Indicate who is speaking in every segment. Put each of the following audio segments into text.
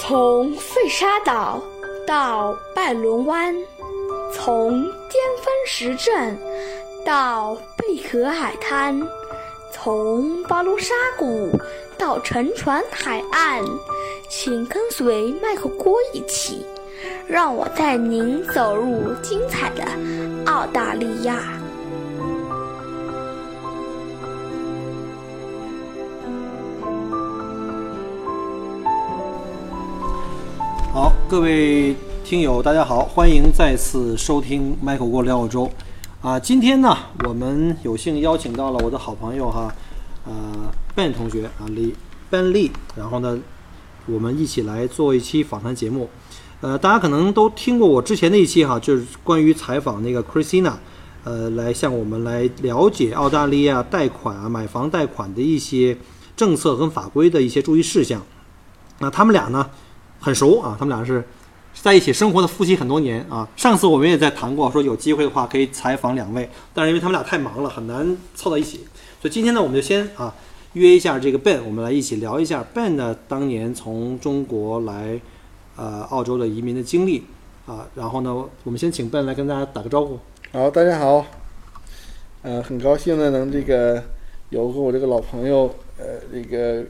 Speaker 1: 从费沙岛到半轮湾，从巅峰石阵到贝壳海滩，从巴卢沙谷到沉船海岸，请跟随麦克郭一起，让我带您走入精彩的澳大利亚。
Speaker 2: 好，各位听友，大家好，欢迎再次收听 Michael 过聊澳洲。啊，今天呢，我们有幸邀请到了我的好朋友哈，呃，Ben 同学啊，李 Ben Lee，然后呢，我们一起来做一期访谈节目。呃，大家可能都听过我之前的一期哈，就是关于采访那个 Christina，呃，来向我们来了解澳大利亚贷款啊、买房贷款的一些政策跟法规的一些注意事项。那他们俩呢？很熟啊，他们俩是在一起生活的夫妻很多年啊。上次我们也在谈过，说有机会的话可以采访两位，但是因为他们俩太忙了，很难凑到一起。所以今天呢，我们就先啊约一下这个 Ben，我们来一起聊一下 Ben 呢当年从中国来呃澳洲的移民的经历啊。然后呢，我们先请 Ben 来跟大家打个招呼。
Speaker 3: 好，大家好，呃，很高兴呢能这个有和我这个老朋友，呃，这个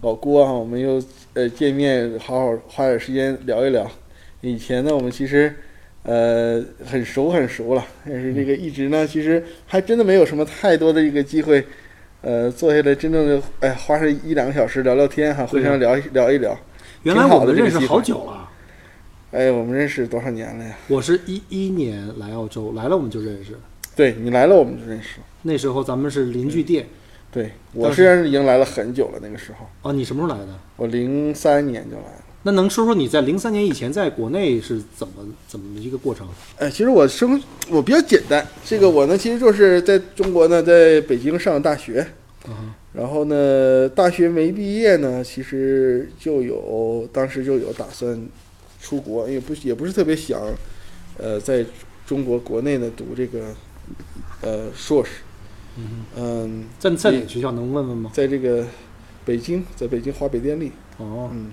Speaker 3: 老郭哈、我们又呃见面，好好花点时间聊一聊。以前呢，我们其实呃很熟很熟了，但是这个一直呢，其实还真的没有什么太多的一个机会，呃，坐下来真正的哎花上一两个小时聊聊天哈，互
Speaker 2: 对啊
Speaker 3: 相聊一聊一聊。
Speaker 2: 原来我们认识
Speaker 3: 挺
Speaker 2: 好
Speaker 3: 好的这个机会
Speaker 2: 久了，
Speaker 3: 哎，我们认识多少年了呀？
Speaker 2: 我是一一年来澳洲，来了我们就认识，
Speaker 3: 对你来了，我们就认识了。
Speaker 2: 那时候咱们是邻居店。
Speaker 3: 对我
Speaker 2: 当
Speaker 3: 虽然已经来了很久了，那个时候。
Speaker 2: 哦，你什么时候来的？
Speaker 3: 我零三年就来了。
Speaker 2: 那能说说你在零三年以前在国内是怎么怎么一个过程？
Speaker 3: 哎，其实我生我比较简单，这个我呢其实就是在中国呢，在北京上大学，
Speaker 2: 啊，
Speaker 3: 然后呢大学没毕业呢，其实就有当时就有打算出国，也不也不是特别想，呃，在中国国内呢读这个呃硕士，
Speaker 2: 嗯
Speaker 3: 嗯，
Speaker 2: 在在哪个学校能问问吗？
Speaker 3: 在这个北京，在北京华北电力，
Speaker 2: 哦，
Speaker 3: 嗯，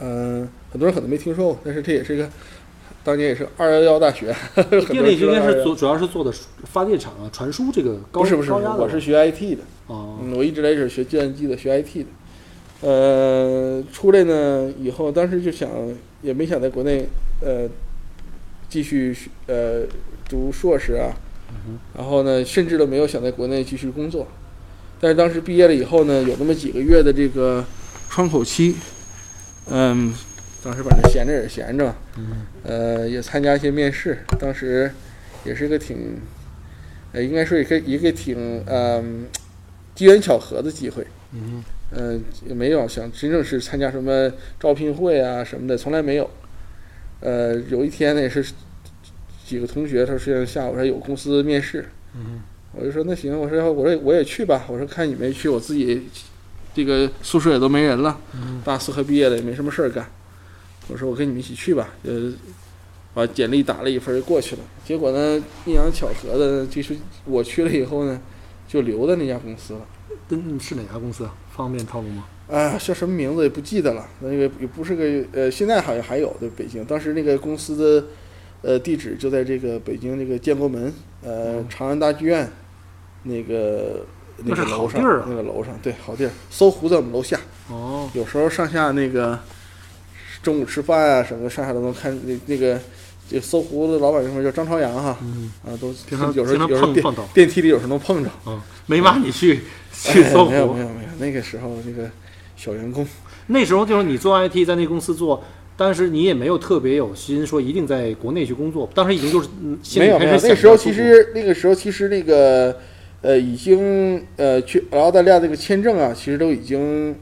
Speaker 3: 呃，很多人可能没听说过，但是这也是一个当年也是二幺幺大学， 很多人
Speaker 2: 电力
Speaker 3: 知
Speaker 2: 应
Speaker 3: 道
Speaker 2: 该是
Speaker 3: 211
Speaker 2: 主主要是做的发电厂啊、传输这个高
Speaker 3: 不是不是，
Speaker 2: 高压的吧。
Speaker 3: 我是学 IT 的，
Speaker 2: 哦，
Speaker 3: 嗯，我一直来是学计算机的，学 IT 的。呃，出来呢以后，当时就想，也没想在国内呃继续学呃读硕士啊，
Speaker 2: 嗯
Speaker 3: 然后呢，甚至都没有想在国内继续工作。但是当时毕业了以后呢，有那么几个月的这个窗口期，嗯，当时反正闲着也是闲着嘛，
Speaker 2: 嗯
Speaker 3: 呃，也参加一些面试，当时也是一个挺，呃，应该说也个一个挺嗯、机缘巧合的机会，
Speaker 2: 嗯，
Speaker 3: 嗯、也没有想真正是参加什么招聘会啊什么的，从来没有。呃，有一天呢，也是几个同学，他说下午说有公司面试，
Speaker 2: 嗯
Speaker 3: 我就说那行，我说我说我也去吧，我说看你没去，我自己这个宿舍也都没人了，
Speaker 2: 嗯
Speaker 3: 大四快毕业了也没什么事儿干，我说我跟你们一起去吧，呃，把简历打了一份就过去了。结果呢，阴阳巧合的，就是我去了以后呢，就留在那家公司了。
Speaker 2: 跟是哪家公司啊？方便透露吗？
Speaker 3: 啊，叫什么名字也不记得了，那个也不是个呃，现在好像还有在北京。当时那个公司的呃地址就在这个北京这个建国门，呃，
Speaker 2: 嗯
Speaker 3: 长安大剧院那个那
Speaker 2: 那是
Speaker 3: 个
Speaker 2: 好
Speaker 3: 楼上
Speaker 2: 地儿啊
Speaker 3: 那个楼上对好地儿，搜狐在我们楼下，
Speaker 2: 哦，
Speaker 3: 有时候上下那个中午吃饭啊什么的，上下都能看那那个这个搜狐的老板什么叫张朝阳哈
Speaker 2: 嗯，
Speaker 3: 啊，都
Speaker 2: 平常
Speaker 3: 有时
Speaker 2: 平常
Speaker 3: 候有时候
Speaker 2: 碰
Speaker 3: 电
Speaker 2: 碰到
Speaker 3: 电梯里有时候能碰着。
Speaker 2: 啊，没骂你去 去搜
Speaker 3: 哎 没有没
Speaker 2: 狐。
Speaker 3: 有没有，那个时候那个小员工。
Speaker 2: 那时候就是你做 IT 在那公司做。但是你也没有特别有心说一定在国内去工作，当时已经就是嗯心
Speaker 3: 没
Speaker 2: 里
Speaker 3: 有
Speaker 2: 开
Speaker 3: 没
Speaker 2: 始
Speaker 3: 有，
Speaker 2: 想
Speaker 3: 那时候
Speaker 2: 要出
Speaker 3: 其
Speaker 2: 国
Speaker 3: 实那个时候其实那个呃已经呃去澳大利亚这个签证啊，其实都已经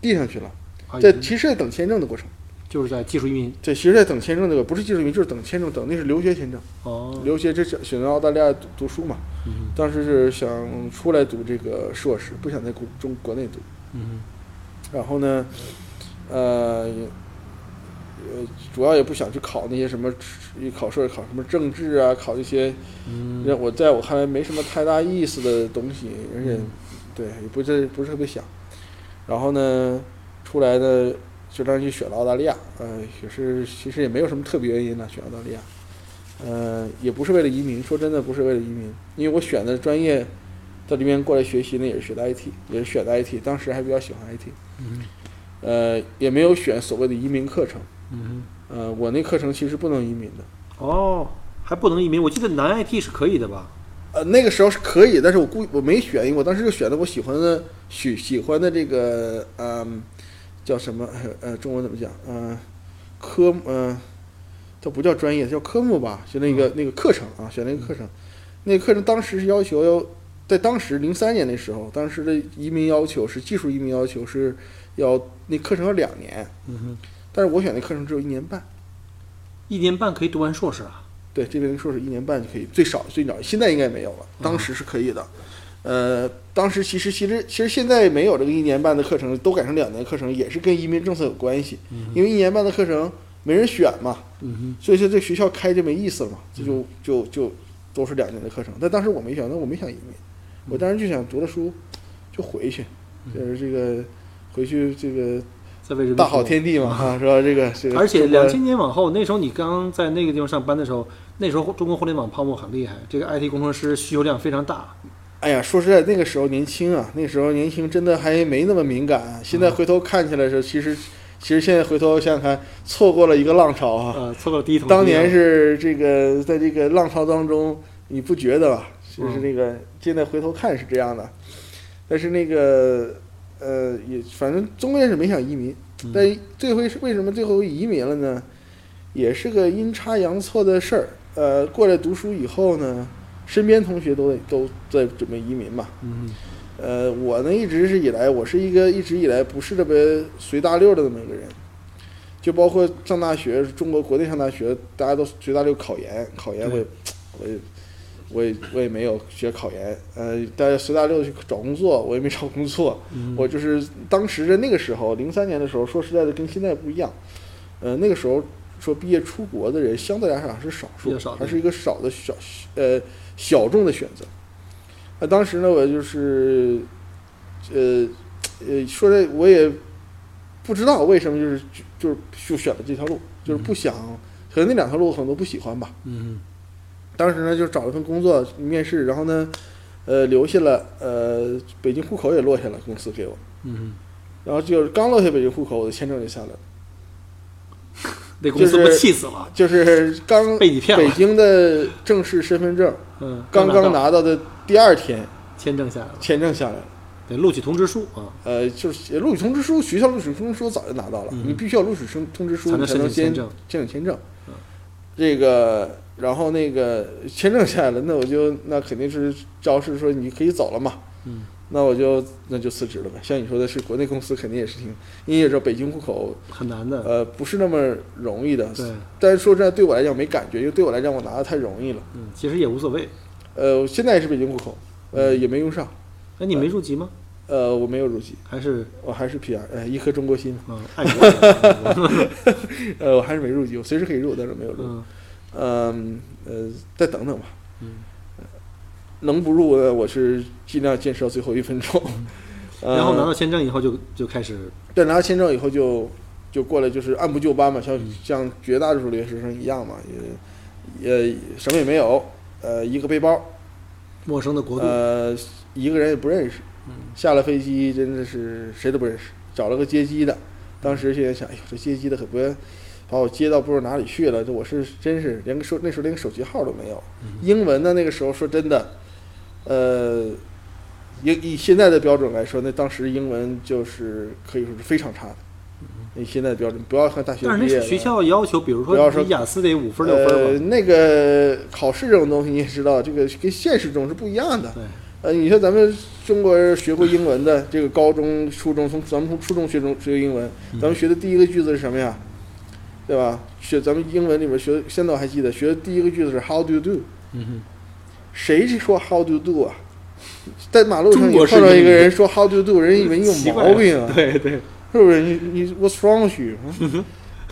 Speaker 3: 递上去了，
Speaker 2: 啊
Speaker 3: 在
Speaker 2: 已经
Speaker 3: 其实在等签证的过程，
Speaker 2: 就是在技术移民
Speaker 3: 对，其实在等签证的，不是技术移民，就是等签证，等那是留学签证，
Speaker 2: 哦，
Speaker 3: 留学这选选择澳大利亚读读书嘛，
Speaker 2: 嗯
Speaker 3: 当时是想出来读这个硕士，不想在国中国内读，
Speaker 2: 嗯
Speaker 3: 然后呢，呃。也呃，主要也不想去考那些什么，考硕士考什么政治啊，考一些
Speaker 2: 嗯，
Speaker 3: 让我在我看来没什么太大意思的东西，而且
Speaker 2: 嗯
Speaker 3: 对也不是不是特别想。然后呢，出来呢就这样就选了澳大利亚。呃，也是其实也没有什么特别原因呢，选澳大利亚。呃，也不是为了移民，说真的不是为了移民，因为我选的专业到这边过来学习呢，也是学的 IT，也是选的 IT，当时还比较喜欢 IT。
Speaker 2: 嗯
Speaker 3: 呃，也没有选所谓的移民课程。
Speaker 2: 嗯，
Speaker 3: 呃，我那课程其实不能移民的。
Speaker 2: 哦，还不能移民，我记得南 IT 是可以的吧？
Speaker 3: 呃，那个时候是可以，但是我故意我没选，因为我当时就选的我喜欢的喜喜欢的这个嗯，叫什么呃呃中文怎么讲呃科呃，它不叫专业，叫科目吧，就那个、那个课程啊，选那个课程，那个课程当时是要求要在当时零三年那时候，当时的移民要求是技术移民要求是要那课程要两年，
Speaker 2: 嗯哼，
Speaker 3: 但是我选那课程只有一年半。
Speaker 2: 一年半可以读完硕士啊？
Speaker 3: 对，这边硕士一年半就可以，最少最早，现在应该没有了，当时是可以的。呃，当时其实其实其实现在没有这个一年半的课程，都改成两年课程，也是跟移民政策有关系，因为一年半的课程没人选嘛，
Speaker 2: 嗯
Speaker 3: 所以说这学校开就没意思了嘛，这就就就都是两年的课程。但当时我没想，那我没想移民，我当时就想读了书就回去，
Speaker 2: 嗯
Speaker 3: 就是这个回去这个
Speaker 2: 哼，在为人民
Speaker 3: 大好
Speaker 2: 服务
Speaker 3: 天地嘛，啊，是吧？这个这个
Speaker 2: 嗯而且
Speaker 3: 中国
Speaker 2: 两千年往后，那时候你刚在那个地方上班的时候，那时候中国互联网泡沫很厉害，这个 IT 工程师需求量非常大。
Speaker 3: 哎呀，说实在，那个时候年轻啊，那时候年轻真的还没那么敏感啊。
Speaker 2: 嗯
Speaker 3: 现在回头看起来是，其实，其实现在回头想想看，错过了一个浪潮啊。
Speaker 2: 呃，错过了第一桶金啊。
Speaker 3: 当年是这个，在这个浪潮当中，你不觉得吧？就是
Speaker 2: 嗯
Speaker 3: 那个，现在回头看是这样的，但是那个，呃，也反正终归是没想移民。
Speaker 2: 嗯，
Speaker 3: 但最后是为什么最后移民了呢？也是个阴差阳错的事儿。呃，过来读书以后呢，身边同学都在都在准备移民嘛。
Speaker 2: 嗯
Speaker 3: 呃，我呢一直是以来，我是一个一直以来不是特别随大溜儿的这么一个人，就包括上大学，中国国内上大学，大家都随大溜儿考研，考研我也，我也，我也我也没有学考研，呃，大家随大溜儿去找工作，我也没找工作，
Speaker 2: 嗯，
Speaker 3: 我就是当时的那个时候，零三年的时候，说实在的，跟现在不一样，呃，那个时候说毕业出国的人相对来讲是少
Speaker 2: 比
Speaker 3: 数
Speaker 2: 较，少
Speaker 3: 还
Speaker 2: 对
Speaker 3: 是一个少的小呃小众的选择。那、当时呢，我就是呃呃，说的我也不知道为什么就是就是就选了这条路，就是不想，可能那两条路我可能都不喜欢吧。
Speaker 2: 嗯
Speaker 3: 当时呢，就找了份工作面试，然后呢，呃，留下了呃北京户口也落下了，公司给我。
Speaker 2: 嗯，
Speaker 3: 然后就是刚落下北京户口，我的签证就下来了，
Speaker 2: 那公司
Speaker 3: 就
Speaker 2: 不
Speaker 3: 是
Speaker 2: 气死了，
Speaker 3: 就是刚
Speaker 2: 被你骗
Speaker 3: 北
Speaker 2: 了。
Speaker 3: 京的正式身份证
Speaker 2: 嗯，
Speaker 3: 刚刚
Speaker 2: 拿
Speaker 3: 拿到的第二天，
Speaker 2: 到签证下来了，
Speaker 3: 签证下来了。
Speaker 2: 得录取通知书啊，
Speaker 3: 呃，就是录取通知书，学校录取通知书早就拿到了，
Speaker 2: 嗯
Speaker 3: 你必须要录取通通知书
Speaker 2: 才能
Speaker 3: 你
Speaker 2: 申
Speaker 3: 能
Speaker 2: 请
Speaker 3: 先
Speaker 2: 签证。
Speaker 3: 申请签证
Speaker 2: 嗯。
Speaker 3: 这个，然后那个签证下来了，那我就那肯定是招是说你可以走了嘛，
Speaker 2: 嗯
Speaker 3: 那我就那就辞职了呗。像你说的是，国内公司肯定也是挺，因为也知道北京户口
Speaker 2: 很难的。
Speaker 3: 呃不是那么容易的，
Speaker 2: 对，
Speaker 3: 但是说真的，对我来讲没感觉，因为对我来讲我拿的太容易了。
Speaker 2: 嗯，其实也无所谓。
Speaker 3: 呃，我现在也是北京户口，呃，也没用上，
Speaker 2: 哎，你没入籍吗？
Speaker 3: 呃，我没有入籍，
Speaker 2: 还是
Speaker 3: 我还是 PR，呃，一颗中国心嘛，
Speaker 2: 嗯，爱国者？
Speaker 3: 呃，我还是没入籍，我随时可以入，但是没有入。
Speaker 2: 嗯
Speaker 3: 嗯，呃，再等等吧，呃
Speaker 2: 嗯。
Speaker 3: 能不入呢，我是尽量坚持到最后一分钟。呃
Speaker 2: 嗯然后拿到签证以后就就开始，
Speaker 3: 对，拿到签证以后就就过来，就是按部就班嘛，像
Speaker 2: 嗯
Speaker 3: 像绝大多数留学生一样嘛，也也什么也没有，呃，一个背包，
Speaker 2: 陌生的国度。
Speaker 3: 呃，一个人也不认识
Speaker 2: 嗯，
Speaker 3: 下了飞机真的是谁都不认识，找了个接机的，当时现在想，哎呦，这接机的可不把我接到不知道哪里去了，这我是真是连个手那时候连个手机号都没有，英文呢那个时候说真的，呃，以以现在的标准来说，那当时英文就是可以说是非常差的，以现在的标准，不要看大学
Speaker 2: 但是那
Speaker 3: 毕业
Speaker 2: 是
Speaker 3: 了。
Speaker 2: 学校要求，比如
Speaker 3: 不要说
Speaker 2: 说你雅思得五分儿六分
Speaker 3: 呃，
Speaker 2: 儿吧？
Speaker 3: 那个考试这种东西你也知道，这个跟现实中是不一样的。
Speaker 2: 对，
Speaker 3: 呃，你说咱们中国人学过英文的，这个高中、初中，从咱们从初中学中学英文，
Speaker 2: 嗯
Speaker 3: 咱们学的第一个句子是什么呀？对吧？学咱们英文里面学的，现在我还记得，学的第一个句子是 How do you do？
Speaker 2: 嗯
Speaker 3: 谁是说 How do you do 啊？在马路上
Speaker 2: 中
Speaker 3: 你
Speaker 2: 国
Speaker 3: 碰
Speaker 2: 式
Speaker 3: 到一
Speaker 2: 英
Speaker 3: 个
Speaker 2: 语
Speaker 3: 人说 How do you do，人以为你有
Speaker 2: 奇怪
Speaker 3: 毛病啊
Speaker 2: 哼，，对对，
Speaker 3: 是不是？你你 What's wrong with you？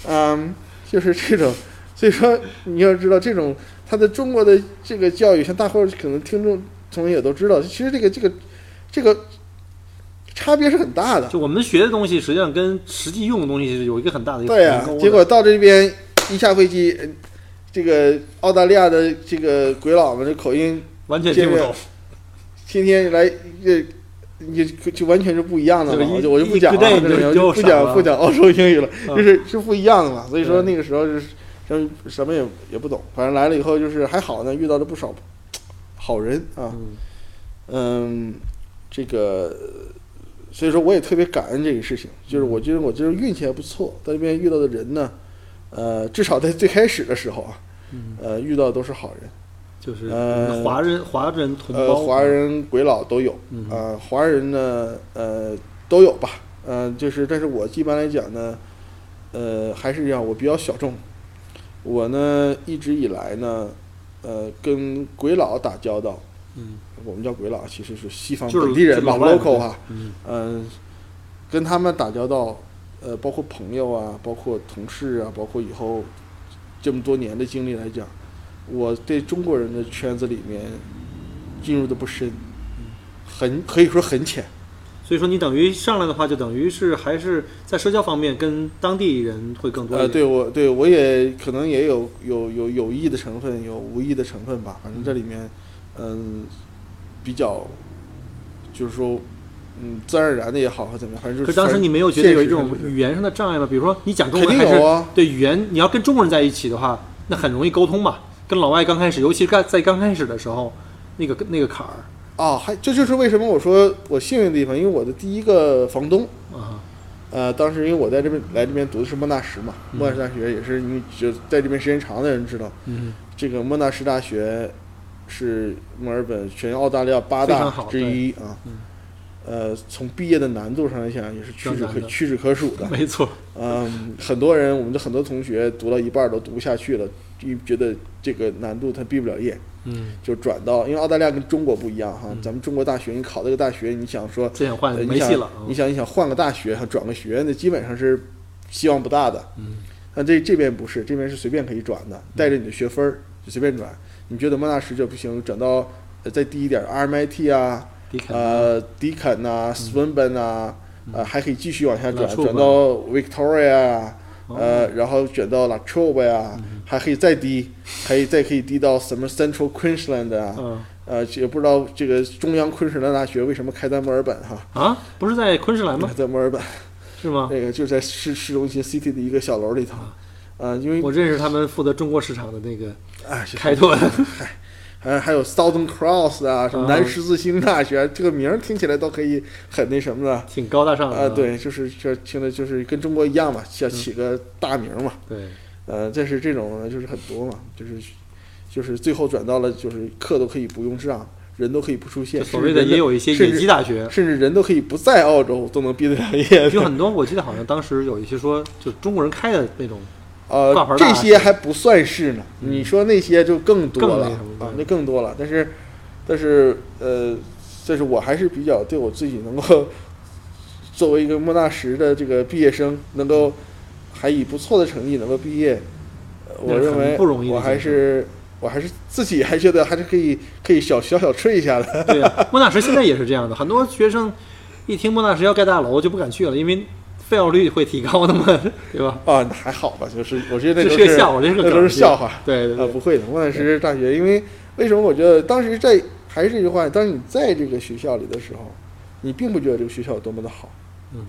Speaker 3: 嗯，就是这种，所以说你要知道这种他的中国的这个教育，像大伙儿可能听众同学也都知道，其实这个这个这个差别是很大的。
Speaker 2: 就我们学的东西，实际上跟实际用的东西是有一个很大的一个
Speaker 3: 对呀、
Speaker 2: 鸿沟的
Speaker 3: 结果到这边一下飞机，呃这个澳大利亚的这个鬼佬们的口音，
Speaker 2: 完全听不懂，
Speaker 3: 今天来这。你就就完全是不一样的
Speaker 2: 就
Speaker 3: 了，
Speaker 2: 是一
Speaker 3: 我就我就不讲
Speaker 2: 一
Speaker 3: 了，
Speaker 2: 个 day
Speaker 3: 这种
Speaker 2: 就
Speaker 3: 我
Speaker 2: 就
Speaker 3: 就不
Speaker 2: 少
Speaker 3: 讲
Speaker 2: 了
Speaker 3: 不讲澳洲英语了，
Speaker 2: 嗯
Speaker 3: 就是是不一样的嘛。所以说
Speaker 2: 对
Speaker 3: 那个时候就是什么什么也也不懂，反正来了以后就是还好呢，遇到了不少好人啊。
Speaker 2: 嗯
Speaker 3: 嗯，这个，所以说我也特别感恩这个事情，就是
Speaker 2: 嗯
Speaker 3: 我觉得我就是运气还不错，在这边遇到的人呢，呃，至少在最开始的时候啊，
Speaker 2: 嗯，
Speaker 3: 呃，遇到的都是好人，
Speaker 2: 就是
Speaker 3: 呃
Speaker 2: 华人华人同
Speaker 3: 呃，
Speaker 2: 胞，
Speaker 3: 华人鬼佬都有，
Speaker 2: 嗯
Speaker 3: 呃，华人呢，呃，都有吧，呃，就是，但是我一般来讲呢，呃，还是一样，我比较小众，我呢一直以来呢，呃，跟鬼佬打交道，
Speaker 2: 嗯
Speaker 3: 我们叫鬼佬，其实是西方
Speaker 2: 就是
Speaker 3: 本地人
Speaker 2: 就是
Speaker 3: 吧
Speaker 2: 老外
Speaker 3: ，local 哈、
Speaker 2: 嗯
Speaker 3: 嗯，跟他们打交道，呃，包括朋友啊，包括同事啊，包括以后这么多年的经历来讲，我对中国人的圈子里面进入的不深，很可以说很浅。
Speaker 2: 所以说你等于上来的话，就等于是还是在社交方面跟当地人会更多
Speaker 3: 呃，
Speaker 2: 一点。
Speaker 3: 对我对我也可能也有有有有意的成分，有无意的成分吧。反正这里面，嗯，比较就是说，嗯，自然而然的也好，或怎么样，反正就
Speaker 2: 可是当时
Speaker 3: 反
Speaker 2: 你没有觉得有一
Speaker 3: 现
Speaker 2: 种
Speaker 3: 实上就是
Speaker 2: 语言上的障碍吗？比如说你讲中文
Speaker 3: 肯
Speaker 2: 还
Speaker 3: 定
Speaker 2: 是、
Speaker 3: 有啊
Speaker 2: 对语言，你要跟中国人在一起的话，那很容易沟通嘛。跟老外刚开始，尤其是在刚开始的时候，那个那个坎儿
Speaker 3: 啊，还这就是为什么我说我幸运的地方，因为我的第一个房东，
Speaker 2: 啊，
Speaker 3: 呃，当时因为我在这边来这边读的是莫纳什嘛，莫纳什大学也是因为就在这边时间长的人知道，
Speaker 2: 嗯，
Speaker 3: 这个莫纳什大学是墨尔本全澳大利亚八
Speaker 2: 非常
Speaker 3: 大
Speaker 2: 好
Speaker 3: 之一啊
Speaker 2: 嗯，
Speaker 3: 呃，从毕业的难度上来讲也是屈
Speaker 2: 比
Speaker 3: 指
Speaker 2: 较难
Speaker 3: 可
Speaker 2: 的
Speaker 3: 屈指可数的，
Speaker 2: 没 错，
Speaker 3: 嗯，很多人，我们的很多同学读到一半儿都读不下去了，就觉得这个难度他毕不了业，
Speaker 2: 嗯，
Speaker 3: 就转到，因为澳大利亚跟中国不一样哈，
Speaker 2: 嗯
Speaker 3: 咱们中国大学你考这个大学，你想说，
Speaker 2: 这想换
Speaker 3: 呃
Speaker 2: 没
Speaker 3: 你
Speaker 2: 戏
Speaker 3: 想
Speaker 2: 了啊。
Speaker 3: 你想你想换个大学，转个学，那基本上是希望不大的。
Speaker 2: 嗯，
Speaker 3: 但这这边不是，这边是随便可以转的，带着你的学分儿就随便转。你觉得莫纳什就不行，转到呃再低一点儿 RMIT 啊，
Speaker 2: 迪肯
Speaker 3: 呃，迪肯呐、
Speaker 2: 嗯
Speaker 3: 斯文本呐，呃，还可以继续往下转，
Speaker 2: La Trobe
Speaker 3: 转到 Victoria 啊，
Speaker 2: 哦嗯
Speaker 3: 呃，然后转到 La Trobe 啊，还可以再低，还可以再可以低到什么 Central Queensland 啊，
Speaker 2: 嗯
Speaker 3: 呃，也不知道这个中央昆士兰大学为什么开在墨尔本哈，
Speaker 2: 啊，不是在昆士兰吗？
Speaker 3: 在墨尔本，
Speaker 2: 啊是吗？
Speaker 3: 那个就在市市中心 City 的一个小楼里头，呃，因为
Speaker 2: 啊我认识他们负责中国市场的那个
Speaker 3: 哎，
Speaker 2: 开拓的，
Speaker 3: 还还有 Southern Cross 啊，什么
Speaker 2: 啊
Speaker 3: 南十字星大学，这个名儿听起来都可以很那什么的。
Speaker 2: 挺高大上的
Speaker 3: 啊，对，就是这听着就是跟中国一样嘛，想起个大名嘛，
Speaker 2: 对，
Speaker 3: 呃，但是这种呢就是很多嘛，就是就是最后转到了就是课都可以不用上，人都可以不出现，
Speaker 2: 就所谓的
Speaker 3: 甚至人
Speaker 2: 也有一些
Speaker 3: 甚
Speaker 2: 野
Speaker 3: 至
Speaker 2: 鸡大 学，
Speaker 3: 甚至人都可以不在澳洲都能毕得了业
Speaker 2: 有
Speaker 3: 的。
Speaker 2: 很多我记得好像当时有一些说，就中国人开的那种，挂牌
Speaker 3: 呃
Speaker 2: 儿，
Speaker 3: 这
Speaker 2: 大嗯
Speaker 3: 些还不算是呢，你说那些就更多
Speaker 2: 更
Speaker 3: 了
Speaker 2: 那什么
Speaker 3: 啊
Speaker 2: 对，
Speaker 3: 那更多了。但是但是呃，但是我还是比较对我自己能够作为一个莫纳什的这个毕业生，能够还以不错的成绩能够毕业，呃
Speaker 2: 那
Speaker 3: 我
Speaker 2: 是
Speaker 3: 认
Speaker 2: 很
Speaker 3: 为
Speaker 2: 不容易的
Speaker 3: 我还
Speaker 2: 一件
Speaker 3: 是我还是自己还觉得还是可以可以小小小吹一下的。
Speaker 2: 对啊，莫纳什现在也是这样的，很多学生一听莫纳什要盖大楼就不敢去了，因为费用率会提高的嘛，对吧？
Speaker 3: 啊，还好吧，就是我觉得那
Speaker 2: 这
Speaker 3: 都
Speaker 2: 是个笑话，这是个
Speaker 3: 那
Speaker 2: 梗
Speaker 3: 都是笑话。
Speaker 2: 对对
Speaker 3: 啊，
Speaker 2: 对，
Speaker 3: 不会的，莫纳什大学，因为为什么？我觉得当时在还是这句话，当你在这个学校里的时候，你并不觉得这个学校有多么的好。
Speaker 2: 嗯，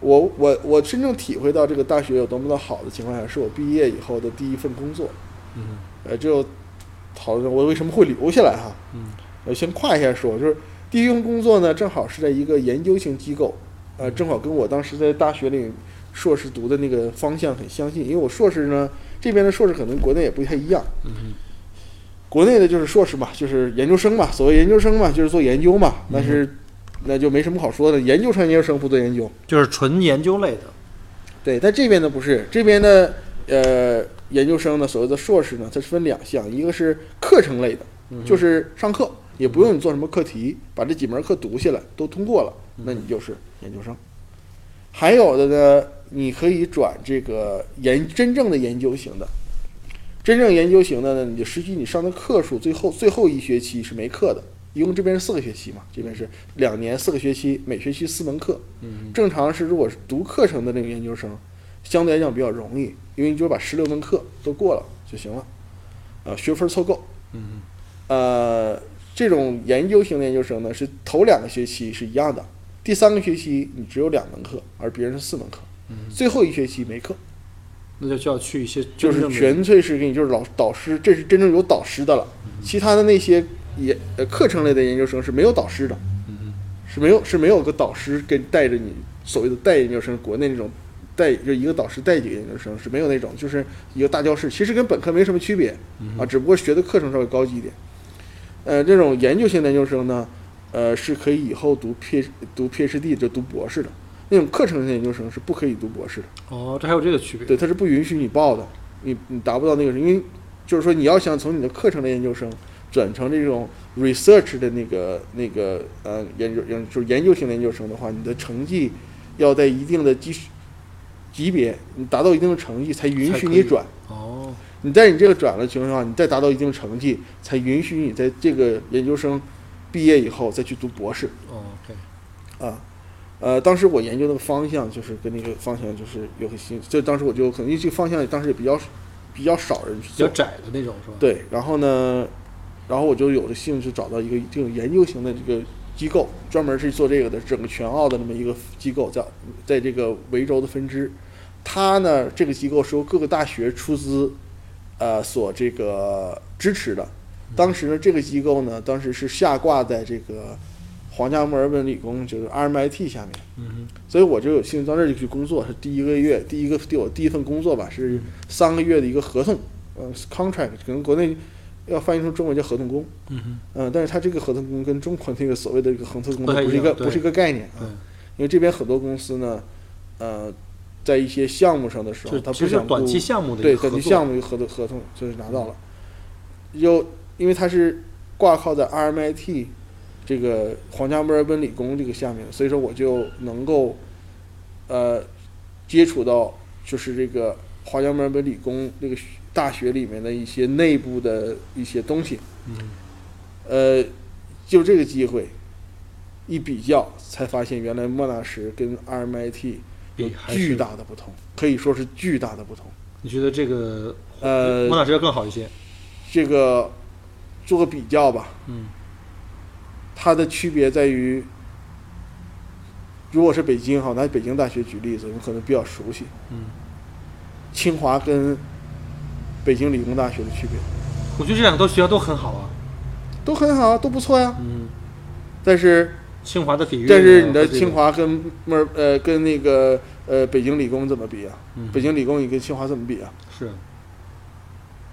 Speaker 3: 我我我真正体会到这个大学有多么的好的情况下，是我毕业以后的第一份工作。
Speaker 2: 嗯
Speaker 3: 呃，只有讨论我为什么会留下来哈。
Speaker 2: 嗯
Speaker 3: 呃，先跨一下说，就是第一份工作呢，正好是在一个研究型机构，呃，正好跟我当时在大学里硕士读的那个方向很相近，因为我硕士呢，这边的硕士可能国内也不太一样。
Speaker 2: 嗯
Speaker 3: 国内的就是硕士嘛，就是研究生嘛，所谓研究生嘛，就是做研究嘛，但是那就没什么好说的，研究生研究生不做研究。
Speaker 2: 哼，就是纯研究类的，
Speaker 3: 对，但这边呢不是，这边的呃研究生呢，所谓的硕士呢，它是分两项，一个是课程类的，
Speaker 2: 嗯哼嗯
Speaker 3: 就是上课，也不用你做什么课题，把这几门课读下来都通过了，
Speaker 2: 嗯
Speaker 3: 那你就是研究生。还有的呢，你可以转这个研真正的研究型的，真正研究型的呢，你就实际你上的课数，最后最后一学期是没课的，一共这边是四个学期嘛，这边是两年四个学期，每学期四门课。
Speaker 2: 嗯，
Speaker 3: 正常是如果是读课程的那个研究生，相对来讲比较容易，因为你就把十六门课都过了就行了，呃，学分凑够。
Speaker 2: 嗯
Speaker 3: 呃，这种研究型的研究生呢，是头两个学期是一样的，第三个学期你只有两门课，而别人是四门课，
Speaker 2: 嗯，
Speaker 3: 最后一学期没课，
Speaker 2: 那就就要去一些
Speaker 3: 就
Speaker 2: 真
Speaker 3: 是
Speaker 2: 正的
Speaker 3: 纯粹是给你就是老导师，这是真正有导师的了，其他的那些也呃课程类的研究生是没有导师的，
Speaker 2: 嗯
Speaker 3: 是没有是没有个导师跟带着你所谓的带研究生，国内那种带就一个导师带几个研究生是没有那种，就是一个大教室，其实跟本科没什么区别啊，只不过学的课程稍微高级一点。呃，这种研究型的研究生呢，呃，是可以以后读 P 读 PhD 就读博士的。那种课程型研究生是不可以读博士的，
Speaker 2: 哦，这还有这个区别，
Speaker 3: 对，它是不允许你报的，你你达不到那个，因为就是说你要想从你的课程类研究生转成这种 research 的那个那个呃研究研就是研究型的研究生的话，你的成绩要在一定的基础级别，你达到一定的成绩才允
Speaker 2: 才
Speaker 3: 许
Speaker 2: 可
Speaker 3: 你
Speaker 2: 以
Speaker 3: 转。
Speaker 2: 哦，
Speaker 3: 你在你这个转的情况下，你再达到一定成绩，才允许你在这个研究生毕业以后再去读博士
Speaker 2: 哦，OK，
Speaker 3: 啊。呃，当时我研究那个方向就是跟那个方向就是有很新，就当时我就可能因为这个方向当时也比较比较少人去
Speaker 2: 比
Speaker 3: 做
Speaker 2: 较，窄的那种是吧？，
Speaker 3: 对，然后呢，然后我就有了兴趣找到一个这种研究型的这个机构，专门是做这个的，整个全澳的那么一个机构，在在这个维州的分支。它呢，这个机构是由各个大学出资，呃，所这个支持的。
Speaker 2: 嗯
Speaker 3: 当时呢，这个机构呢，当时是下挂在这个皇家墨尔本理工，就是 RMIT 下面。
Speaker 2: 嗯
Speaker 3: 所以我就有幸到那儿就去工作，是第一个月，第一个对我第一份工作吧，是三个月的一个合同，呃，contract，可能国内要翻译成中文叫合同工，
Speaker 2: 哼，嗯
Speaker 3: 呃，但是它这个合同工跟中国那个所谓的这个合同工
Speaker 2: 不太
Speaker 3: 它不是一
Speaker 2: 一
Speaker 3: 个
Speaker 2: 样
Speaker 3: 不是一个概念
Speaker 2: 哼，对，
Speaker 3: 啊，
Speaker 2: 嗯
Speaker 3: 因为这边很多公司呢，呃，在一些项目上的时候，
Speaker 2: 就
Speaker 3: 它
Speaker 2: 其
Speaker 3: 不
Speaker 2: 实就
Speaker 3: 想
Speaker 2: 短
Speaker 3: 不
Speaker 2: 期项目的
Speaker 3: 对
Speaker 2: 一个合
Speaker 3: 短
Speaker 2: 作
Speaker 3: 期项目一个合同合同就是拿到了，又因为它是挂靠在 RMIT 这个皇家墨尔本理工这个下面，所以说我就能够呃接触到就是这个皇家墨尔本理工这个学大学里面的一些内部的一些东西，
Speaker 2: 嗯，
Speaker 3: 呃，就这个机会一比较，才发现原来莫纳什跟 RMIT 有
Speaker 2: 比还是
Speaker 3: 巨大的不同，可以说是巨大的不同。
Speaker 2: 你觉得这个
Speaker 3: 呃
Speaker 2: 莫，纳什要更好一些？
Speaker 3: 这个做个比较吧，
Speaker 2: 嗯
Speaker 3: 它的区别在于，如果是北京哈，拿北京大学举例子，我们可能比较熟悉，
Speaker 2: 嗯，
Speaker 3: 清华跟北京理工大学的区别
Speaker 2: 我觉得这两个学校都很好啊，
Speaker 3: 都很好啊，都不错呀、
Speaker 2: 嗯，
Speaker 3: 但是
Speaker 2: 清华的体育，
Speaker 3: 但是你的清，华跟墨尔呃跟那个呃北京理工怎么比啊？
Speaker 2: 嗯
Speaker 3: 北京理工你跟清华怎么比啊？
Speaker 2: 是，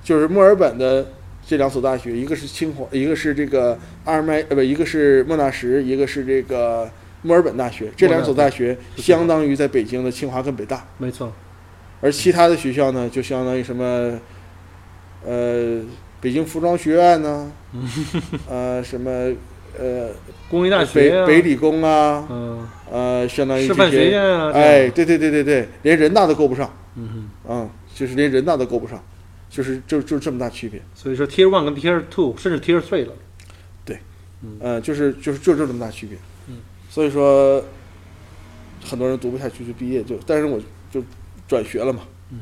Speaker 3: 就是墨尔本的这两所大学，一个是清华，一个是这个阿尔麦，呃不，一个是莫纳什，一个是这个墨尔本大学。这两所大学相当于在北京的清华跟北大，
Speaker 2: 没错，
Speaker 3: 而其他的学校呢，就相当于什么，呃，北京服装学院 呐、呃，什么，呃，
Speaker 2: 工业大
Speaker 3: 北
Speaker 2: 学啊
Speaker 3: 北，理工啊，
Speaker 2: 嗯，
Speaker 3: 呃，相当于
Speaker 2: 师
Speaker 3: 这
Speaker 2: 范学
Speaker 3: 些，
Speaker 2: 院啊，这样
Speaker 3: 哎，，对对对对对，连人大都够不上，
Speaker 2: 嗯哼。
Speaker 3: 啊、就是连人大都够不上，就是就就这么大区别。
Speaker 2: 所以说 Tier One 跟 Tier Two 甚至 Tier Three 了，
Speaker 3: 呃，就是就是就是这么大区别。
Speaker 2: 嗯，
Speaker 3: 所以说很多人读不下去就毕业就，但是我就转学了嘛。
Speaker 2: 嗯，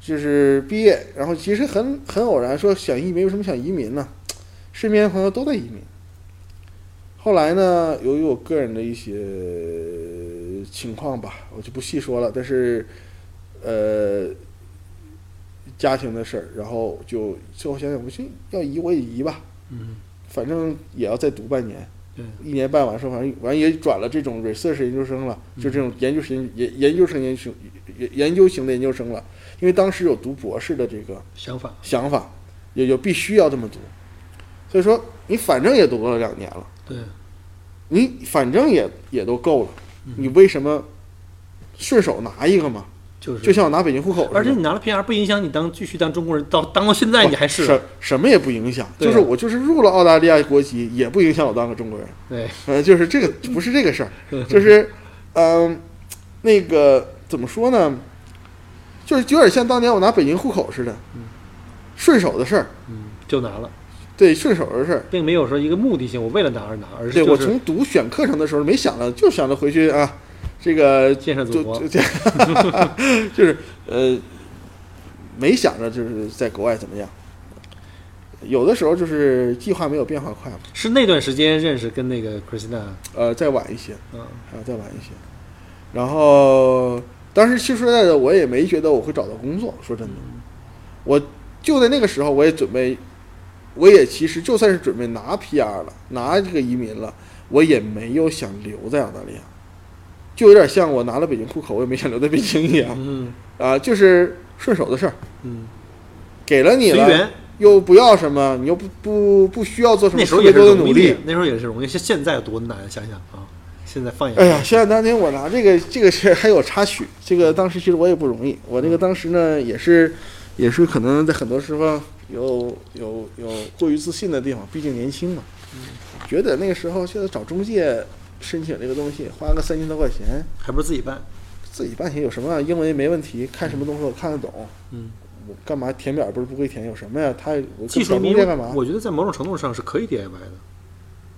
Speaker 3: 就是毕业，然后其实很很偶然说想移民，为什么想移民呢？身边朋友都在移民。后来呢，由于我个人的一些情况吧，我就不细说了。但是，呃，家庭的事儿，然后就最后想想，我寻思要移我也移吧，
Speaker 2: 嗯，
Speaker 3: 反正也要再读半年，
Speaker 2: 对，
Speaker 3: 一年半完事儿，反正完也转了这种 research 研究生了，就这种研究型研研究生研究生研研究型的研究生了，因为当时有读博士的这个
Speaker 2: 想法
Speaker 3: 想法，也就必须要这么读，所以说你反正也读了两年了，
Speaker 2: 对，
Speaker 3: 你反正也也都够了，
Speaker 2: 嗯
Speaker 3: 你为什么顺手拿一个嘛？
Speaker 2: 就是，
Speaker 3: 就像我拿北京户口似的，
Speaker 2: 而且你拿了 PR 不影响你当继续当中国人，到当到现在
Speaker 3: 不
Speaker 2: 你还是
Speaker 3: 什什么也不影响，
Speaker 2: 对
Speaker 3: 就
Speaker 2: 啊
Speaker 3: 是我就是入了澳大利亚国籍，也不影响我当个中国人。
Speaker 2: 对，
Speaker 3: 呃，就是这个不是这个事 儿，就是，嗯、那个怎么说呢，
Speaker 2: 嗯
Speaker 3: 就是有点像当年我拿北京户口似的，顺手的事儿，
Speaker 2: 嗯，就拿了，
Speaker 3: 对顺手而事儿。
Speaker 2: 并没有说一个目的性，我为了拿而拿，而是
Speaker 3: 对
Speaker 2: 就
Speaker 3: 我
Speaker 2: 是
Speaker 3: 从读选课程的时候没想到，就想着回去啊，这个
Speaker 2: 建设祖
Speaker 3: 就
Speaker 2: 国
Speaker 3: 就。这， 就是呃，没想着就是在国外怎么样。有的时候就是计划没有变化快嘛，
Speaker 2: 是那段时间认识跟那个 Christina，啊
Speaker 3: 呃，再晚一些，
Speaker 2: 嗯，
Speaker 3: 还要啊再晚一些。然后当时其实说实在的，我也没觉得我会找到工作，说真的，
Speaker 2: 嗯
Speaker 3: 我就在那个时候，我也准备，我也其实就算是准备拿 PR 了，拿这个移民了，我也没有想留在澳大利亚，就有点像我拿了北京户口，我也没想留在北京一样。
Speaker 2: 嗯
Speaker 3: 啊，就是顺手的事儿，
Speaker 2: 嗯，
Speaker 3: 给了你
Speaker 2: 随
Speaker 3: 了，
Speaker 2: 缘。
Speaker 3: 又不要什么，你又不不不需要做什么
Speaker 2: 那时
Speaker 3: 特
Speaker 2: 候也
Speaker 3: 别
Speaker 2: 是
Speaker 3: 多的
Speaker 2: 容
Speaker 3: 努
Speaker 2: 易
Speaker 3: 力
Speaker 2: 的。，那时候也是容易。现现在有多难，想想啊，现在放眼
Speaker 3: 哎呀，想想当年我拿这个这个是还有插曲，这个当时其实我也不容易，我这个当时呢也是也是可能在很多时候有有有过于自信的地方，毕竟年轻嘛，
Speaker 2: 嗯
Speaker 3: 觉得那个时候现在找中介申请这个东西，花个三千多块钱，
Speaker 2: 还不是自己办，
Speaker 3: 自己办也有什么啊，英文也没问题，看什么东西我看得懂，
Speaker 2: 嗯，
Speaker 3: 我干嘛填表不是不会填有什么呀？他我
Speaker 2: 技术
Speaker 3: 找
Speaker 2: 迷
Speaker 3: 中介干嘛？
Speaker 2: 我觉得在某种程度上是可以 DIY 的，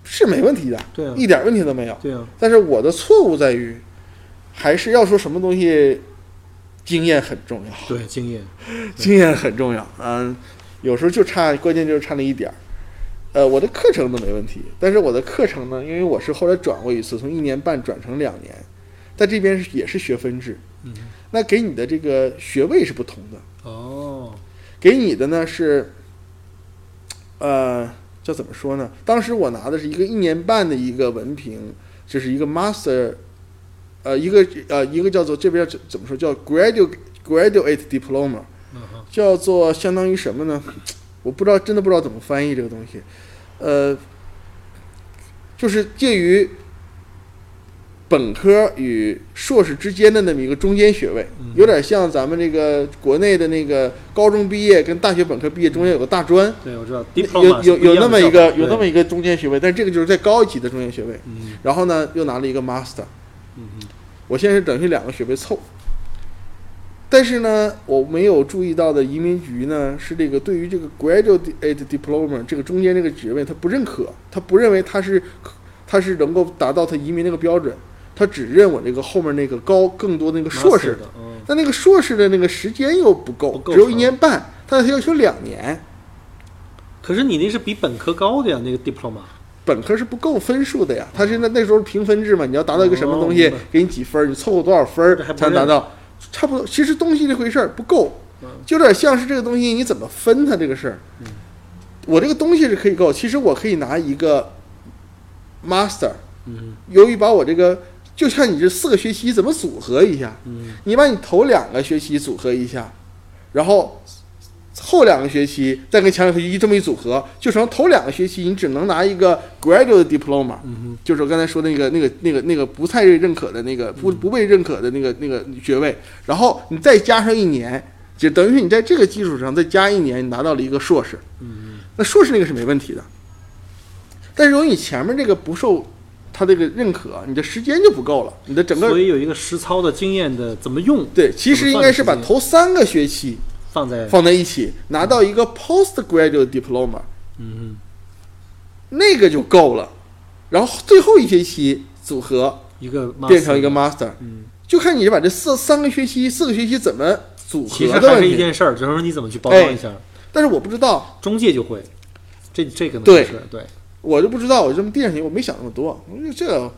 Speaker 3: 是没问题的，
Speaker 2: 对啊，
Speaker 3: 一点问题都没有。
Speaker 2: 对啊，
Speaker 3: 但是我的错误在于，还是要说什么东西，经验很重要，
Speaker 2: 对经验，
Speaker 3: 经验很重 要。嗯，有时候就差，关键就是差那一点儿。呃，我的课程都没问题，但是我的课程呢，因为我是后来转过一次，从一年半转成两年，在这边是也是学分制，
Speaker 2: 嗯，
Speaker 3: 那给你的这个学位是不同的，
Speaker 2: 哦，
Speaker 3: 给你的呢是，呃，这怎么说呢？当时我拿的是一个一年半的一个文凭，就是一个 master，呃，一个呃一个叫做这边怎怎么说叫 graduate graduate diploma，
Speaker 2: 嗯哼，
Speaker 3: 叫做相当于什么呢？我不知道，真的不知道怎么翻译这个东西，呃，就是介于本科与硕士之间的那么一个中间学位
Speaker 2: 嗯，
Speaker 3: 有点像咱们这个国内的那个高中毕业跟大学本科毕业中间有个大专，
Speaker 2: 对我知道
Speaker 3: 有
Speaker 2: ，diploma
Speaker 3: 有
Speaker 2: 是不样
Speaker 3: 有那
Speaker 2: 的
Speaker 3: 么一
Speaker 2: 叫
Speaker 3: 个
Speaker 2: 法
Speaker 3: 有那么
Speaker 2: 对
Speaker 3: 一个中间学位，但这个就是再高一级的中间学位。
Speaker 2: 嗯
Speaker 3: 然后呢，又拿了一个 master，
Speaker 2: 嗯嗯
Speaker 3: 我现在是等于两个学位凑。但是呢，我没有注意到的移民局呢，是这个对于这个 graduate diploma 这个中间这个职位，他不认可，他不认为他是他是能够达到他移民那个标准，他只认我这个后面那个高更多的那个硕士
Speaker 2: master 的，嗯
Speaker 3: 但那个硕士的那个时间又不够，
Speaker 2: 不够
Speaker 3: 只有
Speaker 2: 长
Speaker 3: 一年半，但是他要求两年，
Speaker 2: 可是你那是比本科高的呀，那个 diploma，
Speaker 3: 本科是不够分数的呀，他是那那时候评分制嘛，你要达到一个什么东西，
Speaker 2: 哦明白
Speaker 3: 给你几分儿，你凑够多少分儿
Speaker 2: 这还不
Speaker 3: 才能达
Speaker 2: 认
Speaker 3: 到，差不多。其实东西这回事儿不够
Speaker 2: 嗯，
Speaker 3: 就有点像是这个东西你怎么分它这个事儿。我这个东西是可以够，其实我可以拿一个 master，
Speaker 2: 嗯
Speaker 3: 由于把我这个就像你这四个学期怎么组合一下，
Speaker 2: 嗯
Speaker 3: 你把你头两个学期组合一下，然后后两个学期再跟前两个学期这么一组合，就成头两个学期你只能拿一个 graduate diploma，
Speaker 2: 嗯
Speaker 3: 就是我刚才说的那个那个那个那个不太认可的那个
Speaker 2: 嗯
Speaker 3: 不不被认可的那个那个学位，然后你再加上一年，就等于是你在这个基础上再加一年，你拿到了一个硕士。
Speaker 2: 哼嗯
Speaker 3: 那硕士那个是没问题的，但是由于你前面这个不受他这个认可，你的时间就不够了，你的整
Speaker 2: 嗯，
Speaker 3: 个
Speaker 2: 所以有一个实操的经验的怎么用
Speaker 3: 对，其实应该是把
Speaker 2: 怎么
Speaker 3: 头三个学期
Speaker 2: 放在
Speaker 3: 放在一起，拿到一个 postgraduate diploma，
Speaker 2: 嗯
Speaker 3: 那个就够了。然后最后一学期组合
Speaker 2: 嗯一个 master
Speaker 3: 变成一个 master，
Speaker 2: 嗯，
Speaker 3: 就看你是把这四三个学期、四个学期怎么组
Speaker 2: 其
Speaker 3: 合
Speaker 2: 实
Speaker 3: 的
Speaker 2: 还
Speaker 3: 问
Speaker 2: 是一
Speaker 3: 题。
Speaker 2: 件事儿，就是说你怎么去包装一下，
Speaker 3: 但是我不知道，
Speaker 2: 中介就会，这这可能
Speaker 3: 对
Speaker 2: 是对，
Speaker 3: 我就不知道，我这么递上去，我没想那么多。我说这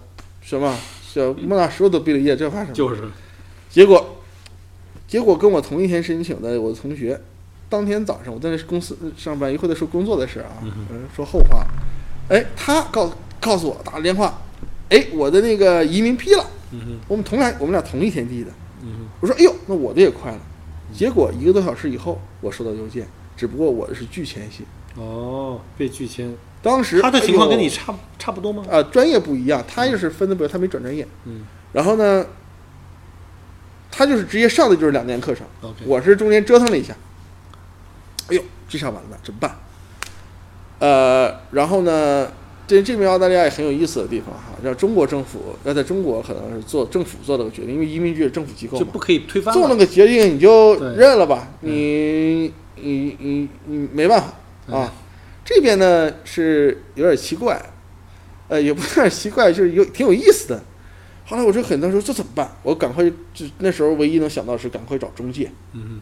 Speaker 3: 什么，这莫大石头都毕了业，这怕什么？
Speaker 2: 就是
Speaker 3: 结果，结果跟我同一天申请的我的同学，当天早上我在那公司上班，一会儿再说工作的事儿啊，嗯，说后话。哎，他告告诉我打了电话，哎，我的那个移民批了，
Speaker 2: 嗯
Speaker 3: 我们同来，我们俩同一天递的。
Speaker 2: 哼嗯
Speaker 3: 我说，哎呦，那我的也快了。结果一个多小时以后，我收到邮件，只不过我的是拒签信。
Speaker 2: 哼，哦，被拒签，
Speaker 3: 当时
Speaker 2: 他的情况跟你
Speaker 3: 哎呦
Speaker 2: 差差不多吗？
Speaker 3: 啊、专业不一样，他就是分的不，他没转专业。
Speaker 2: 嗯
Speaker 3: 然后呢，他就是直接上的就是两年课程。
Speaker 2: ，OK，
Speaker 3: 我是中间折腾了一下，哎呦，这下完了，怎么办？呃，然后呢，这这边澳大利亚也很有意思的地方哈，让中国政府要在中国可能是做政府做了个决定，因为移民局是政府机构
Speaker 2: 就
Speaker 3: 嘛
Speaker 2: 不，可以推翻
Speaker 3: 做了
Speaker 2: 了，
Speaker 3: 个决定你就
Speaker 2: 对
Speaker 3: 认了吧，你你你你没办法啊。这边呢是有点奇怪，呃，也不是有点奇怪，就是有挺有意思的。后来我就很多时候这怎么办？我赶快就那时候唯一能想到是赶快找中介，
Speaker 2: 嗯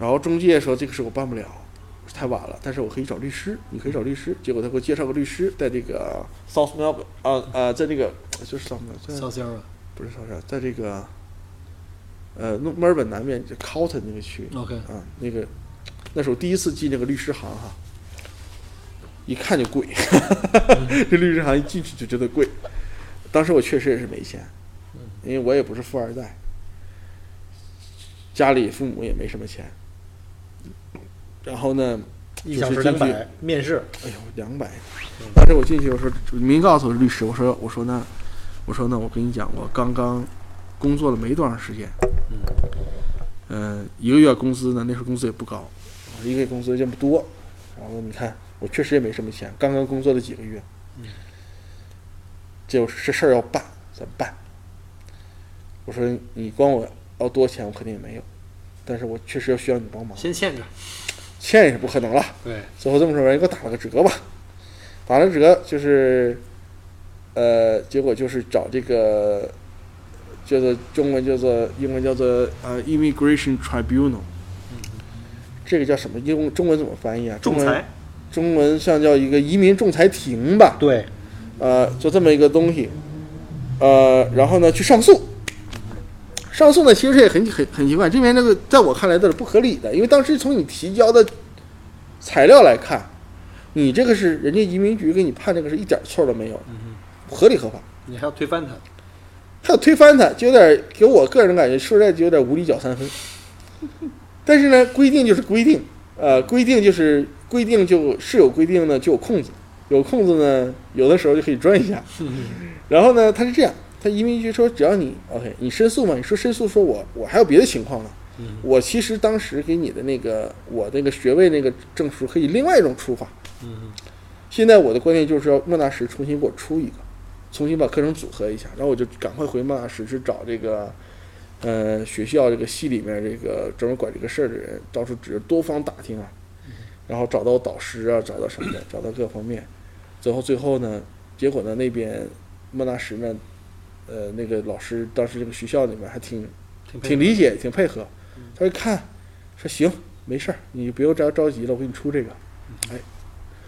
Speaker 3: 然后中介说这个事我办不了，太晚了，但是我可以找律师，你可以找律师。结果他给我介绍个律师，在这个 South Melbourne 啊啊，在这个就是 South Melbourne，
Speaker 2: 哼，
Speaker 3: 在
Speaker 2: 肖先生
Speaker 3: 不是 South，Melbourne，在这个呃诺墨尔本南面就 Cotton 那个区
Speaker 2: ，OK，
Speaker 3: 啊，那个那是我第一次进那个律师行哈，一看就贵， 这律师行一进去就觉得贵。当时我确实也是没钱，因为我也不是富二代，家里父母也没什么钱。然后呢，
Speaker 2: 一
Speaker 3: 就是
Speaker 2: 小时
Speaker 3: 进
Speaker 2: 两
Speaker 3: 去
Speaker 2: 百，面试，
Speaker 3: 哎呦，两百！当时我进去，我说明告诉我是律师，我说我说那我说那我跟你讲，我刚刚工作了没多长时间，
Speaker 2: 嗯，
Speaker 3: 呃，一个月工资呢，那时候工资也不高，我一个月工资也不多，然后你看我确实也没什么钱，刚刚工作了几个月，
Speaker 2: 嗯，
Speaker 3: 结果这事儿要办怎么办？我说你光我要多钱，我肯定也没有，但是我确实要需要你帮忙，
Speaker 2: 先欠着，
Speaker 3: 欠也是不可能了。
Speaker 2: 对，
Speaker 3: 最后这么说，人给我打了个折吧，打了折就是，呃，结果就是找这个，叫做中文叫做英文叫做呃 Immigration Tribunal，这个叫什么？英中文怎么翻译啊？中
Speaker 2: 嗯仲
Speaker 3: 文
Speaker 2: 裁，
Speaker 3: 中文像叫一个移民仲裁庭吧，
Speaker 2: 对，
Speaker 3: 呃，就这么一个东西，呃，然后呢去上诉，上诉呢其实也很很很奇怪，这边这个在我看来都是不合理的，因为当时从你提交的材料来看，你这个是人家移民局给你判这个是一点错都没有，
Speaker 2: 嗯
Speaker 3: 合理合法。
Speaker 2: 哼，你还要推翻他，
Speaker 3: 他有推翻它，就有点给我个人感觉，说实在就有点无理搅三分。但是呢，规定就是规定，呃，规定就是规定就是有规定呢就有空子，有空子呢有的时候就可以钻一下。然后呢，他是这样，他移民局说只要你 OK，你申诉嘛，你说申诉说我我还有别的情况呢，
Speaker 2: 嗯
Speaker 3: 我其实当时给你的那个我那个学位那个证书可以另外一种出法，
Speaker 2: 嗯
Speaker 3: 现在我的观念就是要莫纳什重新给我出一个，重新把课程组合一下，然后我就赶快回莫纳什去找这个，呃，学校这个系里面这个专门管这个事儿的人，到处只多方打听啊，然后找到导师啊，找到什么的，找到各方面，最后最后呢，结果呢那边莫纳什呢，呃，那个老师当时这个学校里面还挺
Speaker 2: 哼，
Speaker 3: 挺
Speaker 2: 离，
Speaker 3: 理解，挺配合
Speaker 2: 嗯。
Speaker 3: 他一看，说行，没事儿，你不用着着急了，我给你出这个。哎，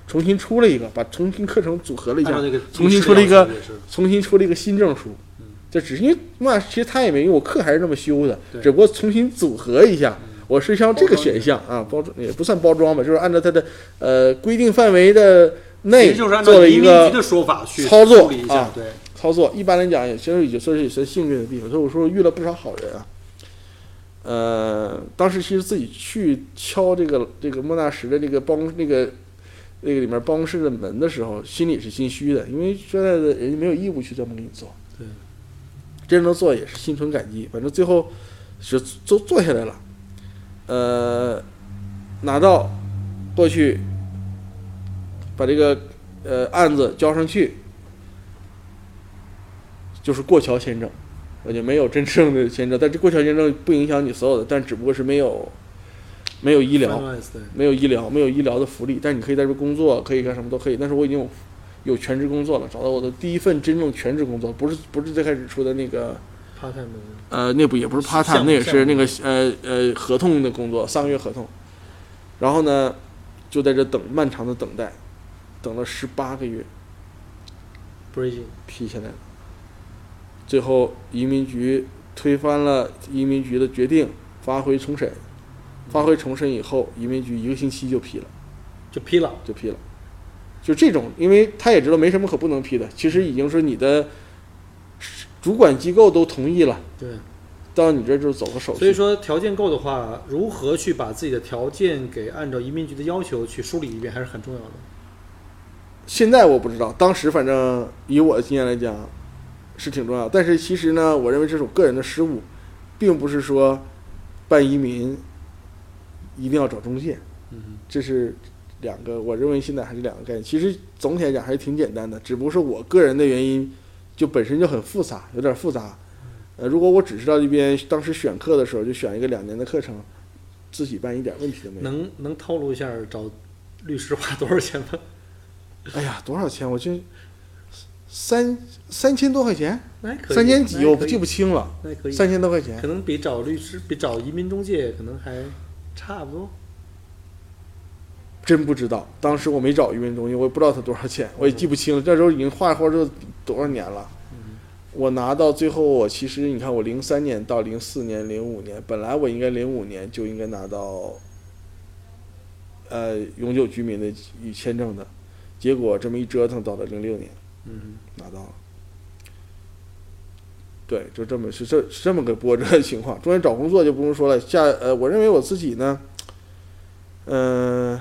Speaker 3: 重新出了一个，把重新课程组合了一
Speaker 2: 按
Speaker 3: 下
Speaker 2: 照，那个
Speaker 3: 重新出了一个
Speaker 2: 律师的要求也是，
Speaker 3: 重新出了一个新证书
Speaker 2: 嗯。
Speaker 3: 这只是因为嘛，其实他也没用，我课还是那么修的
Speaker 2: 对，
Speaker 3: 只不过重新组合一下。
Speaker 2: 嗯
Speaker 3: 我是像这个选项啊，包装也不算包装吧，就是按照它的呃规定范围的
Speaker 2: 其
Speaker 3: 内
Speaker 2: 实就是按
Speaker 3: 做
Speaker 2: 照
Speaker 3: 了
Speaker 2: 移
Speaker 3: 一
Speaker 2: 民局
Speaker 3: 个
Speaker 2: 的说法去
Speaker 3: 操作
Speaker 2: 处理一下
Speaker 3: 啊，
Speaker 2: 对，
Speaker 3: 操作。一般来讲，也其实也算是也算幸运的地方。所以我说遇了不少好人啊。呃，当时其实自己去敲这个这个莫纳什的这个办公那个那个里面办公室的门的时候，心里是心虚的，因为说实在的，人家没有义务去这么给你做。
Speaker 2: 对，
Speaker 3: 真能做也是心存感激。反正最后是做做下来了，呃，拿到过去，把这个呃案子交上去，就是过桥签证，我就没有真正的签证。但这过桥签证不影响你所有的，但只不过是没有没有医疗，
Speaker 2: finalize，对，
Speaker 3: 没有医疗，没有医疗的福利，但是你可以在这工作，可以干什么都可以。但是我已经有有全职工作了，找到我的第一份真正全职工作，不是不是最开始出的那个
Speaker 2: 怕他们
Speaker 3: 呃，那不也不是 part
Speaker 2: 项
Speaker 3: time，
Speaker 2: 目
Speaker 3: 那也是
Speaker 2: 项目
Speaker 3: 那个呃呃合同的工作，三个月合同。然后呢，就在这等漫长的等待，等了十八个月，
Speaker 2: breaking，
Speaker 3: 批下来了。最后移民局推翻了移民局的决定，发回重审，发回重审以后，移民局一个星期就批了。
Speaker 2: 就批了，
Speaker 3: 就批了。就这种，因为他也知道没什么可不能批的，其实已经是你的主管机构都同意了，
Speaker 2: 对。
Speaker 3: 到你这儿就走个手续。
Speaker 2: 所以说条件够的话，如何去把自己的条件给按照移民局的要求去梳理一遍，还是很重要的。
Speaker 3: 现在我不知道，当时反正以我的经验来讲是挺重要，但是其实呢，我认为这是我个人的失误，并不是说办移民一定要找中介，
Speaker 2: 嗯
Speaker 3: 这是两个，我认为现在还是两个概念。其实总体来讲还是挺简单的，只不过是我个人的原因，就本身就很复杂，有点复杂。
Speaker 2: 嗯
Speaker 3: 呃，如果我只知道这边当时选课的时候就选一个两年的课程，自己办一点问题都没
Speaker 2: 哼，
Speaker 3: 有。
Speaker 2: 能能透露一下找律师花多少钱吧？
Speaker 3: 哎呀，多少钱？我这三三千多块钱，
Speaker 2: 那还可以，
Speaker 3: 三千几，
Speaker 2: 那还
Speaker 3: 我
Speaker 2: 可以
Speaker 3: 记不清了，
Speaker 2: 那还可以，
Speaker 3: 三千多块钱
Speaker 2: 可。能比找律师、比找移民中介可能还差不多。
Speaker 3: 真不知道，当时我没找移民中介，我也不知道他多少钱，我也记不清了。这时候已经画画这多少年了？我拿到最后，我其实你看，我零三年到零四年、零五年，本来我应该零五年就应该拿到，呃，永久居民的与签证的，结果这么一折腾，到了零六年
Speaker 2: 嗯，
Speaker 3: 拿到了。对，就这么是这是这么个波折的情况。中间找工作就不用说了，下呃，我认为我自己呢，嗯、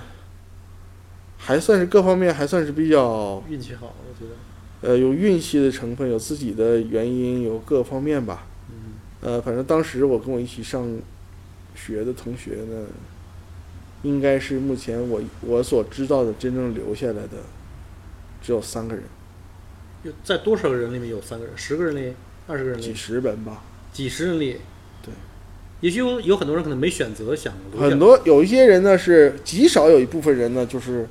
Speaker 3: 还算是各方面还算是比较
Speaker 2: 运气好，我觉得。
Speaker 3: 呃有运气的成分，有自己的原因，有各方面吧。
Speaker 2: 嗯
Speaker 3: 呃，反正当时我跟我一起上学的同学呢，应该是目前我我所知道的真正留下来的只有三个人，，
Speaker 2: 有在多少个人里面有三个人？十个人里，二十个人
Speaker 3: 几
Speaker 2: 里，
Speaker 3: 十人吧。
Speaker 2: 几十人里。
Speaker 3: 对。
Speaker 2: 也许有有很多人可能没选择想留下
Speaker 3: 很多有一些人呢是极少有一部分人呢就是，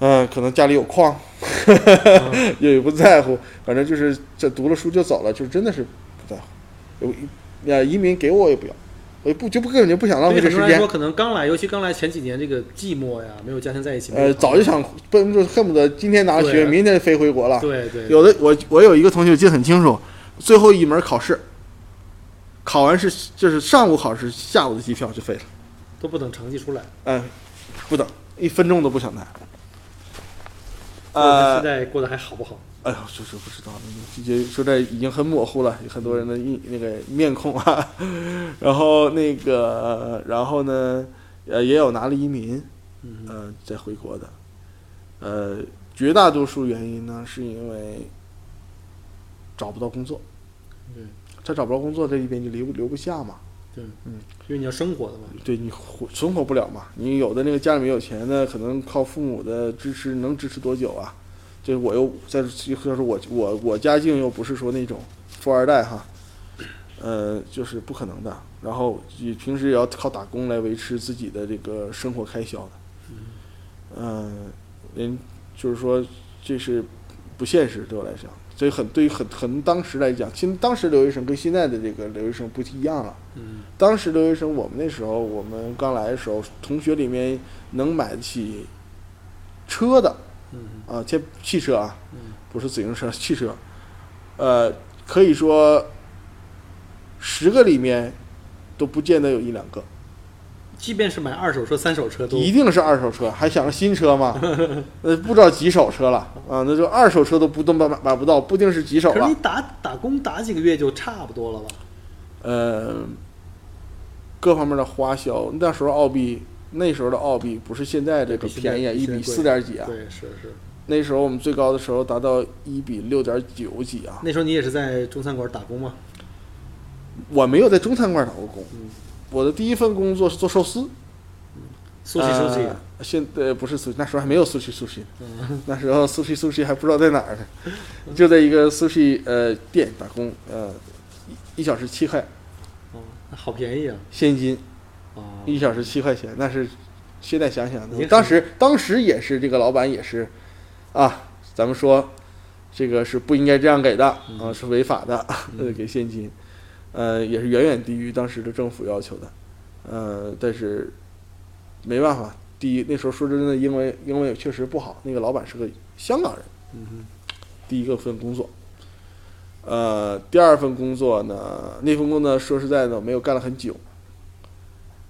Speaker 3: 呃，可能家里有矿，
Speaker 2: 嗯
Speaker 3: 也不在乎，反正就是这读了书就走了，就真的是不在乎。有一啊，移民给我也不要，我也不就不根本就不想浪费
Speaker 2: 对很
Speaker 3: 这时
Speaker 2: 多人来
Speaker 3: 间
Speaker 2: 说，。可能刚来，尤其刚来前几年，这个寂寞呀，没有家庭在一起，没
Speaker 3: 呃，
Speaker 2: 有
Speaker 3: 早就想奔着恨不得今天拿了学
Speaker 2: 对
Speaker 3: 位，明天就飞回国了。
Speaker 2: 对对，
Speaker 3: 有的我我有一个同学我记得很清楚，最后一门考试，考完试就是上午考试，下午的机票就飞了。
Speaker 2: 都不等成绩出来。
Speaker 3: 嗯，不等，一分钟都不想待。
Speaker 2: 他
Speaker 3: 呃
Speaker 2: 现，在过得还好不好？
Speaker 3: 哎呦，就是不知道了，这些说这已经很模糊了，有很多人的印那个面孔啊， 然后那个，然后呢，呃，也有拿了移民，
Speaker 2: 嗯
Speaker 3: 呃，再回国的，呃，绝大多数原因呢，是因为找不到工作，
Speaker 2: 对
Speaker 3: 他找不着工作，这一边就留不留不下嘛，
Speaker 2: 对，
Speaker 3: 嗯，
Speaker 2: 因为你要生活的嘛。
Speaker 3: 对你活存活不了嘛。你有的那个家里面有钱的，可能靠父母的支持能支持多久啊？这我又再就是我我我家境又不是说那种富二代哈，呃，就是不可能的。然后也平时也要靠打工来维持自己的这个生活开销的，嗯、人就是说这是不现实对我来讲，所以很对于很很当时来讲，现当时留学生跟现在的这个留学生不一样了。
Speaker 2: 嗯
Speaker 3: 当时留学生，我们那时候我们刚来的时候，同学里面能买得起车的
Speaker 2: 嗯
Speaker 3: 啊，汽汽车啊，
Speaker 2: 嗯
Speaker 3: 不是自行车，汽车，呃，可以说十个里面都不见得有一两个，
Speaker 2: 即便是买二手车、三手车都
Speaker 3: 一定是二手车，还想着新车吗？ 呃，不知道几手车了啊，那就二手车都不都买买不到，不一定是几手啊
Speaker 2: 可是
Speaker 3: 了
Speaker 2: 你。打打工打几个月就差不多了吧？
Speaker 3: 呃，各方面的花销，那时候澳币，那时候的澳币不是现在这个
Speaker 2: 比现在
Speaker 3: 便宜啊，
Speaker 2: 比
Speaker 3: 一
Speaker 2: 现在
Speaker 3: 比
Speaker 2: 贵
Speaker 3: 四点几啊，
Speaker 2: 对，是是。
Speaker 3: 那时候我们最高的时候达到一比六点九几啊。
Speaker 2: 那时候你也是在中餐馆打工吗？
Speaker 3: 我没有在中餐馆打过工
Speaker 2: 嗯，
Speaker 3: 我的第一份工作是做寿司，
Speaker 2: 苏西苏西，
Speaker 3: 呃现呃不是苏，那时候还没有苏西苏西，
Speaker 2: 嗯
Speaker 3: 那时候苏西苏西还不知道在哪儿呢，就在一个苏西呃店打工，呃一一小时七块
Speaker 2: 哦，那好便宜啊！
Speaker 3: 现金，
Speaker 2: 哦，
Speaker 3: 一小时七块钱，那是现在想想
Speaker 2: 已经，很
Speaker 3: 当时当时也是这个老板也是，啊，咱们说这个是不应该这样给的啊，是违法的，呃，给现金，呃，也是远远低于当时的政府要求的，呃，但是没办法，第一那时候说真的，英文英文也确实不好，那个老板是个香港人，
Speaker 2: 嗯哼，
Speaker 3: 第一个份工作。呃，第二份工作呢，那份工作呢说实在的，我没有干了很久。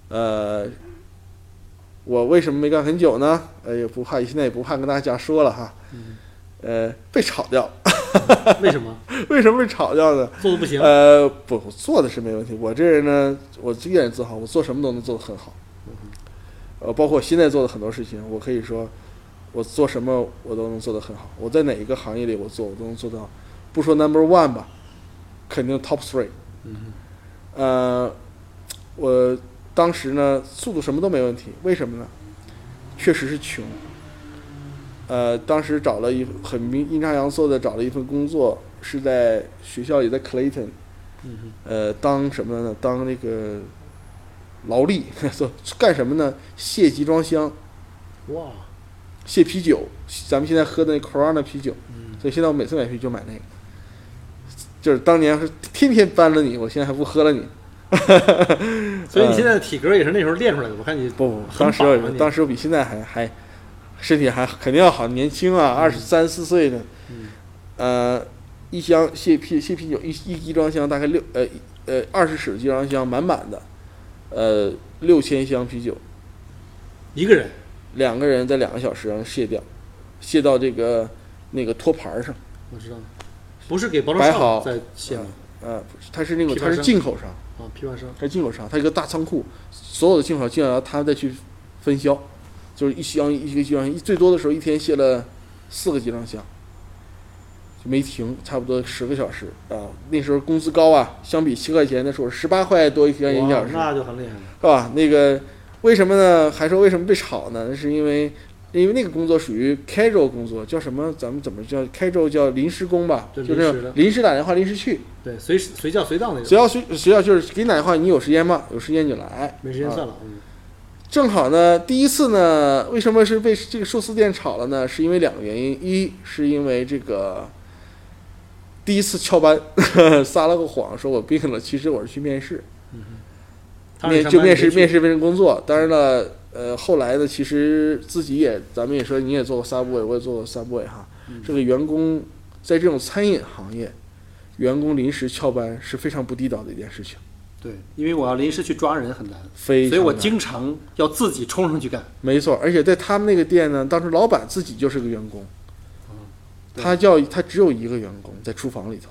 Speaker 3: 呃，我为什么没干很久呢？呃，也不怕，现在也不怕跟大家说了哈。
Speaker 2: 嗯
Speaker 3: 呃，被炒掉，
Speaker 2: 为什么
Speaker 3: 为什么被炒掉呢？
Speaker 2: 做的不行？
Speaker 3: 呃，不，我做的是没问题。我这人呢，我自己也很自豪，我做什么都能做得很好。呃，包括我现在做的很多事情，我可以说，我做什么我都能做得很好。我在哪一个行业里我做，我都能做到，不说 number one 吧，肯定 top three。
Speaker 2: 嗯
Speaker 3: 呃，我当时呢，速度什么都没问题，为什么呢？确实是穷。呃，当时找了一很明阴差阳错的找了一份工作，是在学校也在 Clayton，
Speaker 2: 哼嗯哼，
Speaker 3: 呃，当什么呢？ 当那个劳力，做干什么呢？卸集装箱，
Speaker 2: 哇，
Speaker 3: 蟹啤酒，咱们现在喝的那 Corona 啤酒，
Speaker 2: 嗯，
Speaker 3: 所以现在我每次买啤酒就买那个，就是当年是天天搬了你，我现在还不喝了你。呃
Speaker 2: 所以你现在的体格也是那时候练出来的。我看你
Speaker 3: 不不，
Speaker 2: 很
Speaker 3: 当时
Speaker 2: 棒啊
Speaker 3: 我
Speaker 2: 你
Speaker 3: 当时我比现在还还身体还肯定要好，年轻啊，二十三四岁呢。
Speaker 2: 嗯
Speaker 3: 呃，一箱蟹啤蟹啤酒一一集装箱大概六呃一呃二十尺集装箱满满的，呃六千箱啤酒，
Speaker 2: 一个人，
Speaker 3: 两个人在两个小时上卸掉，卸到这个那个托盘儿上。
Speaker 2: 我知道了，不是给包
Speaker 3: 摆
Speaker 2: 装
Speaker 3: 好
Speaker 2: 在写的
Speaker 3: 呃，不是它是那种
Speaker 2: 批发
Speaker 3: 它是
Speaker 2: 商
Speaker 3: 进口商，
Speaker 2: 啊，批发商。
Speaker 3: 它是进口商，它一个大仓库，所有的进口商进来了，它再去分销，就是一箱一个集装箱，最多的时候一天卸了四个集装箱，就没停，差不多十个小时啊。那时候工资高啊，相比七块钱的时候，十八块多一天一小
Speaker 2: 哇
Speaker 3: 时，
Speaker 2: 那就很厉害了。
Speaker 3: 是吧？那个为什么呢？还说为什么被炒呢？是因为因为那个工作属于 casual 工作，叫什么？咱们怎么叫 casual 叫临时工吧？
Speaker 2: 就
Speaker 3: 就
Speaker 2: 临
Speaker 3: 这
Speaker 2: 时的
Speaker 3: 种临时打电话临时去，
Speaker 2: 对，随时随叫随到那
Speaker 3: 只
Speaker 2: 种，
Speaker 3: 要学学校就是给你打电话，你有时间吗？有时间你就来，
Speaker 2: 没时间
Speaker 3: 啊
Speaker 2: 算了。嗯，
Speaker 3: 正好呢，第一次呢，为什么是被这个寿司店炒了呢？是因为两个原因，一是因为这个第一次翘班， 撒了个谎，说我病了，其实我是去面试，
Speaker 2: 他
Speaker 3: 面就面试面
Speaker 2: 试，
Speaker 3: 试变成工作。当然了，呃，后来呢，其实自己也，咱们也说你也做过 Subway，我也做过 Subway 哈。
Speaker 2: 嗯
Speaker 3: 这个员工在这种餐饮行业，员工临时翘班是非常不地道的一件事情，
Speaker 2: 对，因为我要临时去抓人很难，
Speaker 3: 非常
Speaker 2: 所以我
Speaker 3: 难
Speaker 2: 经常要自己冲上去干。
Speaker 3: 没错，而且在他们那个店呢，当时老板自己就是个员工，
Speaker 2: 哦对
Speaker 3: 他叫他只有一个员工在厨房里头，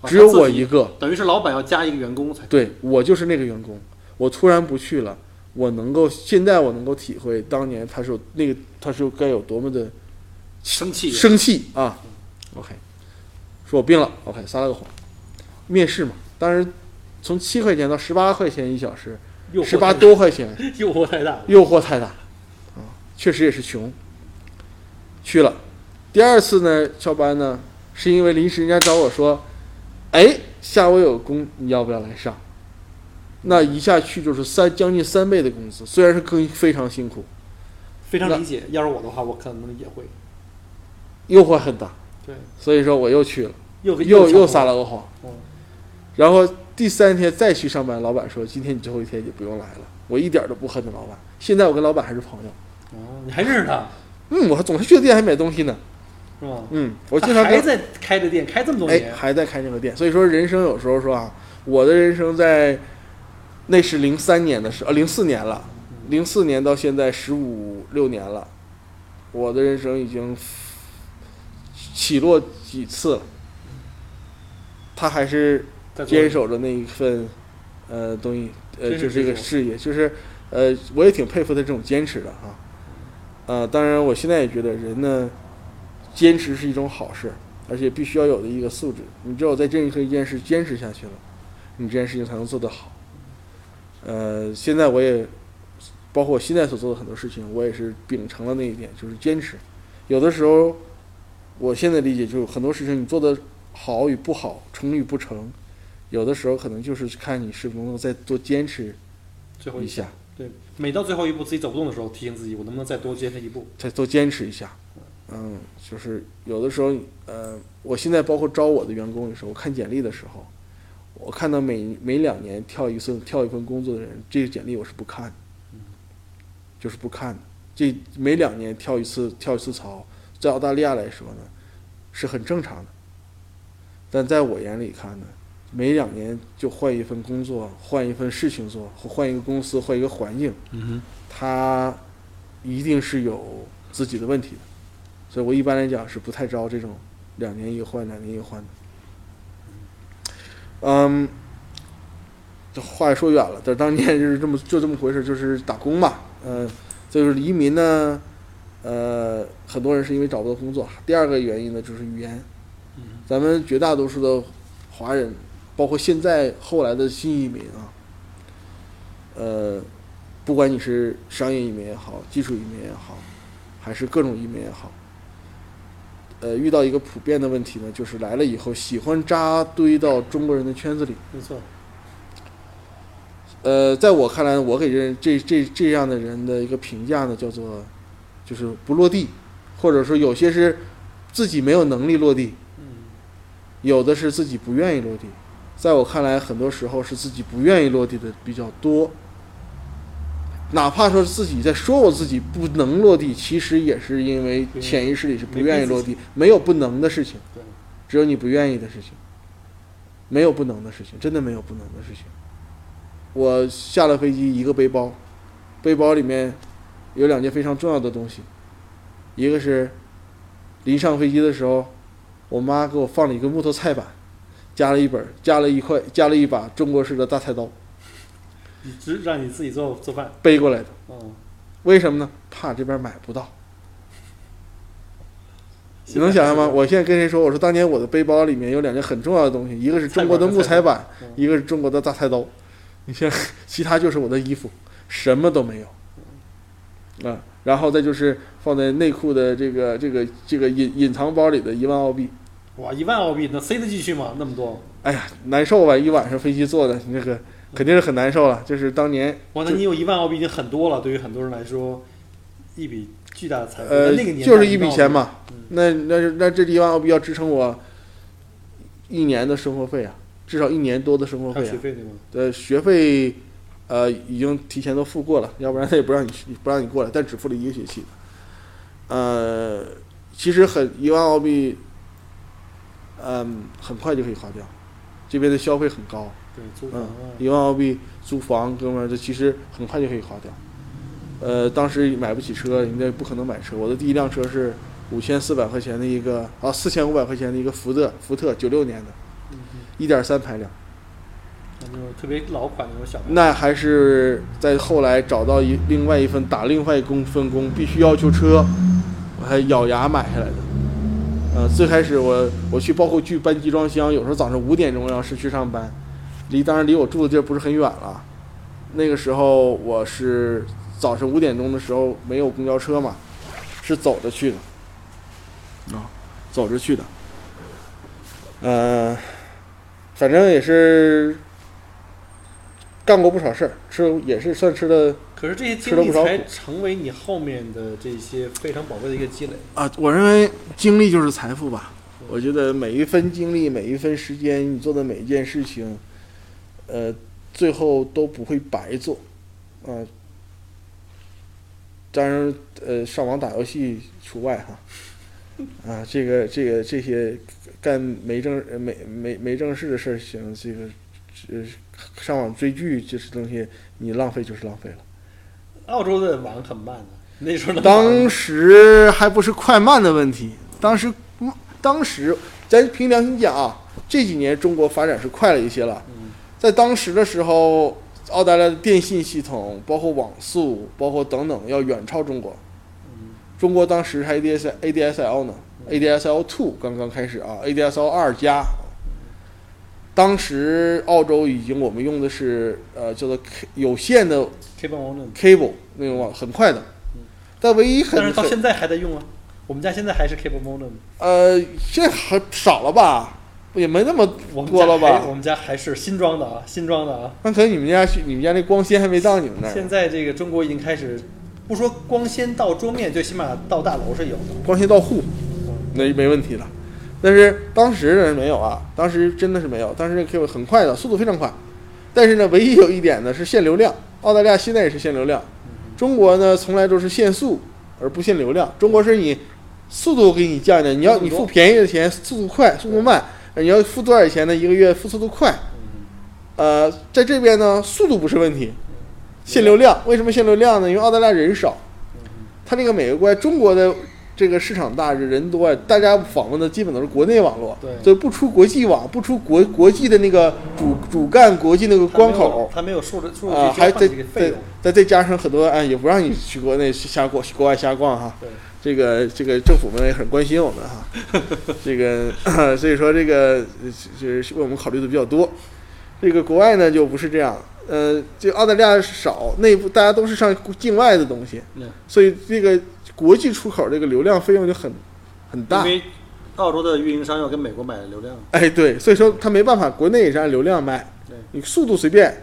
Speaker 2: 啊
Speaker 3: 只有我，
Speaker 2: 他
Speaker 3: 一
Speaker 2: 自
Speaker 3: 个，
Speaker 2: 己等于是老板要加一个员工才
Speaker 3: 对我就是那个员工。我突然不去了，我能够现在我能够体会当年他是有那个他是该有多么的
Speaker 2: 生气。
Speaker 3: 生气啊！OK，说我病了，OK，撒了个谎，面试嘛，当然从七块钱到十八块钱一小时，
Speaker 2: 诱惑
Speaker 3: 十八
Speaker 2: 太大，
Speaker 3: 多块钱，
Speaker 2: 诱惑太大了。
Speaker 3: 诱惑太大，啊，确实也是穷。去了，第二次呢，翘班呢，是因为临时人家找我说，哎，下午有工，你要不要来上？那一下去就是三将近三倍的工资，虽然是更非常辛苦，
Speaker 2: 非
Speaker 3: 那
Speaker 2: 常理解。要是我的话，我可能也会。
Speaker 3: 诱惑很大，
Speaker 2: 对，
Speaker 3: 所以说我又去了，
Speaker 2: 又
Speaker 3: 又又
Speaker 2: 又
Speaker 3: 撒
Speaker 2: 了。
Speaker 3: 了个谎
Speaker 2: 嗯，
Speaker 3: 然后第三天再去上班，老板说今天你最后一天也不用来了，我一点儿都不恨那老板，现在我跟老板还是朋友，
Speaker 2: 哦，你还认识他
Speaker 3: 嗯，我还总是去他店还买东西呢，
Speaker 2: 是吧？
Speaker 3: 嗯，我
Speaker 2: 他
Speaker 3: 经常
Speaker 2: 还
Speaker 3: 跟
Speaker 2: 在开着店，开这么多
Speaker 3: 哎，
Speaker 2: 年，
Speaker 3: 还在开这个店，所以说人生有时候说啊，我的人生在那是零三年的时候，零四年了，零四年到现在十五六年了，我的人生已经起落几次了，他还是
Speaker 2: 在做
Speaker 3: 坚守着那一份呃东西，呃，
Speaker 2: 真
Speaker 3: 就是这个
Speaker 2: 执着
Speaker 3: 事业，就是呃，我也挺佩服他这种坚持的哈、呃，当然我现在也觉得人呢，坚持是一种好事，而且必须要有的一个素质。你只有在这一刻一件事坚持下去了，你这件事情才能做得好。呃，现在我也包括我现在所做的很多事情，我也是秉承了那一点，就是坚持。有的时候，我现在理解就是很多事情你做的好与不好，成与不成，有的时候可能就是看你是否能够再多坚持
Speaker 2: 最后
Speaker 3: 一
Speaker 2: 一
Speaker 3: 下，
Speaker 2: 对，每到最后一步自己走不动的时候，提醒自己，我能不能再多坚持一步？
Speaker 3: 再多坚持一下。嗯，就是有的时候，呃，我现在包括招我的员工的时候，我看简历的时候，我看到每每两年跳一次跳一份工作的人，这个简历我是不看的，就是不看的。这每两年跳一次跳一次槽，在澳大利亚来说呢，是很正常的。但在我眼里看呢，每两年就换一份工作，换一份事情做，或换一个公司，换一个环境，
Speaker 2: 嗯
Speaker 3: 他一定是有自己的问题的，所以我一般来讲是不太招这种两年一换、两年一换的。嗯，这话也说远了，但是当年就是这么就这么回事，就是打工嘛，嗯、所以说移民呢，呃，很多人是因为找不到工作，第二个原因呢就是语言，
Speaker 2: 嗯
Speaker 3: 咱们绝大多数的华人，包括现在后来的新移民啊，呃，不管你是商业移民也好，技术移民也好，还是各种移民也好，呃，遇到一个普遍的问题呢，就是来了以后喜欢扎堆到中国人的圈子里。
Speaker 2: 没错，
Speaker 3: 呃，在我看来，我给这这这这样的人的一个评价呢，叫做就是不落地，或者说有些是自己没有能力落地，
Speaker 2: 嗯
Speaker 3: 有的是自己不愿意落地。在我看来，很多时候是自己不愿意落地的比较多。哪怕说自己在说我自己不能落地，其实也是因为
Speaker 2: 对
Speaker 3: 潜意识里是不
Speaker 2: 没逼
Speaker 3: 愿意
Speaker 2: 自
Speaker 3: 落
Speaker 2: 己
Speaker 3: 地，没有不能的事情
Speaker 2: 对，
Speaker 3: 只有你不愿意的事情，没有不能的事情，真的没有不能的事情。我下了飞机，一个背包，背包里面有两件非常重要的东西，一个是临上飞机的时候，我妈给我放了一个木头菜板，加了一本，加了一块，加了一把中国式的大菜刀，
Speaker 2: 你只让你自己做做饭，
Speaker 3: 背过来的。
Speaker 2: 嗯，
Speaker 3: 为什么呢？怕这边买不到。你能想象吗？我现在跟谁说？我说当年我的背包里面有两件很重要的东西，一个是中国的木
Speaker 2: 菜
Speaker 3: 材
Speaker 2: 板
Speaker 3: 板
Speaker 2: 嗯，
Speaker 3: 一个是中国的大菜刀。你像其他就是我的衣服，什么都没有。啊，然后再就是放在内裤的这个这个这个隐隐藏包里的一万澳币。
Speaker 2: 哇，一万澳币那塞得进去吗？那么多，
Speaker 3: 哎呀，难受吧！一晚上飞机坐的，你这
Speaker 2: 嗯
Speaker 3: 个肯定是很难受了。就是当年
Speaker 2: 哇，那你有一万澳币已经很多了，对于很多人来说，一笔巨大的财富。
Speaker 3: 呃，
Speaker 2: 那个年代
Speaker 3: 就是一笔钱
Speaker 2: 嘛。
Speaker 3: 嘛。那那是那这一万澳币要支撑我一年的生活费啊，至少一年多的生活
Speaker 2: 还有
Speaker 3: 费啊
Speaker 2: 学。费对吗？
Speaker 3: 呃，学费呃已经提前都付过了，要不然他也不让你去不让你过来，但只付了一个学期。呃，其实很一万澳币，嗯，很快就可以花掉，这边的消费很高。
Speaker 2: 对，租房
Speaker 3: 嗯
Speaker 2: 啊，，
Speaker 3: 一万澳币租房，哥们儿，这其实很快就可以花掉。呃，当时买不起车，人家不可能买车。我的第一辆车是五千四百块钱的一个啊，四千五百块钱的一个福特，福特九六年的，
Speaker 2: 嗯嗯
Speaker 3: 一点三排量，
Speaker 2: 那就是特别老款那种小白。
Speaker 3: 那还是在后来找到一另外一份打另外一工份工，必须要求车，我还咬牙买下来的。呃，最开始我我去包括去搬集装箱，有时候早上五点钟要是去上班，离当然离我住的地儿不是很远了。那个时候我是早上五点钟的时候没有公交车嘛，是走着去的，啊、走着去的。呃，反正也是干过不少事儿，吃也是算吃的
Speaker 2: 可是这些经
Speaker 3: 吃了
Speaker 2: 历
Speaker 3: 不少苦
Speaker 2: 才成为你后面的这些非常宝贵的一个积累。
Speaker 3: 啊，我认为经历就是财富吧。我觉得每一分经历，每一分时间，你做的每一件事情，呃，最后都不会白做，啊、当然，呃，上网打游戏除外哈。啊，这个这个这些干没正呃没没没正事的事情，这个呃上网追剧这些东西，你浪费就是浪费了。
Speaker 2: 澳洲的网很慢的，那时候能网
Speaker 3: 当时还不是快慢的问题，当时，嗯当时，咱凭良心讲啊，这几年中国发展是快了一些了。
Speaker 2: 嗯
Speaker 3: 在当时的时候，澳大利亚的电信系统，包括网速，包括等等，要远超中国。
Speaker 2: 嗯
Speaker 3: 中国当时还 ADS ADSL 呢，ADSL two 刚刚开始啊，ADSL 二加。当时澳洲已经我们用的是呃叫做 K 有线的
Speaker 2: K 棒网站，
Speaker 3: cable 那种网，很快的
Speaker 2: 嗯。
Speaker 3: 但唯一很
Speaker 2: 但是到
Speaker 3: 很
Speaker 2: 现在还在用啊。我们家现在还是 K 棒网站，
Speaker 3: 呃，这很少了吧？也没那么
Speaker 2: 我们
Speaker 3: 多
Speaker 2: 家
Speaker 3: 了
Speaker 2: 还
Speaker 3: 吧
Speaker 2: 我？们家还是新装的啊，新装的啊。
Speaker 3: 那可能你们家去，你们家那光纤还没到你们那
Speaker 2: 现
Speaker 3: 儿，
Speaker 2: 在这个中国已经开始，不说光纤到桌面，最起码到大楼是有的。
Speaker 3: 光纤到户，那就没问题了。但是当时人没有啊，当时真的是没有，当时可以很快的，速度非常快。但是呢，唯一有一点呢是限流量，澳大利亚现在也是限流量，
Speaker 2: 嗯
Speaker 3: 中国呢从来都是限速而不限流量，中国是你速度给你降的，你要你付便宜的钱，速度快，速度慢，你要付多少钱呢？一个月付速度快，呃，在这边呢，速度不是问题，限流量。为什么限流量呢？因为澳大利亚人少，
Speaker 2: 嗯
Speaker 3: 它那个每个国家，中国的这个市场大，人多，大家访问的基本都是国内网络
Speaker 2: 对，
Speaker 3: 所以不出国际网，不出国国际的那个主主干国际那个
Speaker 2: 它没有
Speaker 3: 关口。
Speaker 2: 它没有数字数字
Speaker 3: 啊，
Speaker 2: 去交
Speaker 3: 还
Speaker 2: 换
Speaker 3: 再
Speaker 2: 这个费
Speaker 3: 再
Speaker 2: 用。
Speaker 3: 再再加上很多哎，也不让你去国内瞎逛，国外瞎逛哈。
Speaker 2: 对，
Speaker 3: 这个这个政府们也很关心我们哈， 这个所以说这个呃就是为我们考虑的比较多。这个国外呢就不是这样，呃，这澳大利亚少，内部大家都是上境外的东西，
Speaker 2: 嗯
Speaker 3: 所以这个国际出口这个流量费用就很很
Speaker 2: 因
Speaker 3: 大。
Speaker 2: 为澳洲的运营商要跟美国买流量，
Speaker 3: 哎，对，所以说他没办法，国内也是按流量卖
Speaker 2: 对，嗯
Speaker 3: 你速度随便，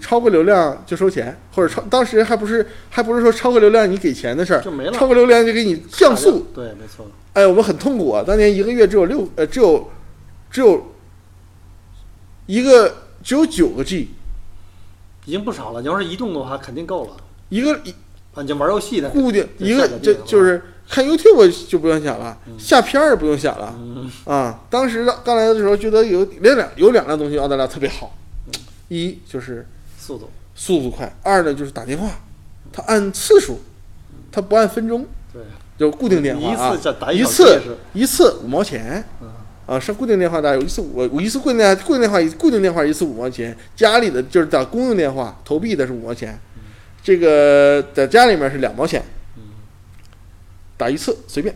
Speaker 3: 超过流量就收钱，或者超当时还不是还不是说超过流量你给钱的事儿
Speaker 2: 就没了，
Speaker 3: 超过流量就给你降速，
Speaker 2: 对，没错，
Speaker 3: 哎，我们很痛苦啊！当年一个月只有六呃，只有只有一个只有九个 G，
Speaker 2: 已经不少了。你要是移动的话，肯定够了。
Speaker 3: 一个一
Speaker 2: 啊，你就玩游戏的，
Speaker 3: 固定
Speaker 2: 这
Speaker 3: 一
Speaker 2: 下
Speaker 3: 个
Speaker 2: 载
Speaker 3: 就
Speaker 2: 这个
Speaker 3: 就
Speaker 2: 吧
Speaker 3: 是看 YouTube 就不用想了，
Speaker 2: 嗯
Speaker 3: 下片儿也不用想了
Speaker 2: 嗯，
Speaker 3: 啊！当时刚来的时候觉得有两两有两样东西澳大利亚特别好，
Speaker 2: 嗯
Speaker 3: 一就是
Speaker 2: 速度，
Speaker 3: 速度快，二呢就是打电话，它按次数，它不按分钟，
Speaker 2: 对，
Speaker 3: 就是固定电话啊
Speaker 2: 一次这打，
Speaker 3: 一
Speaker 2: 小
Speaker 3: 次
Speaker 2: 电视
Speaker 3: 一次五毛钱。
Speaker 2: 嗯，
Speaker 3: 啊，上固定电话打有一次五，我一次固定电话固定电话一固定电话一次五毛钱，家里的就是打公用电话投币的是五毛钱，这个在家里面是两毛钱，
Speaker 2: 嗯
Speaker 3: 打一次随便，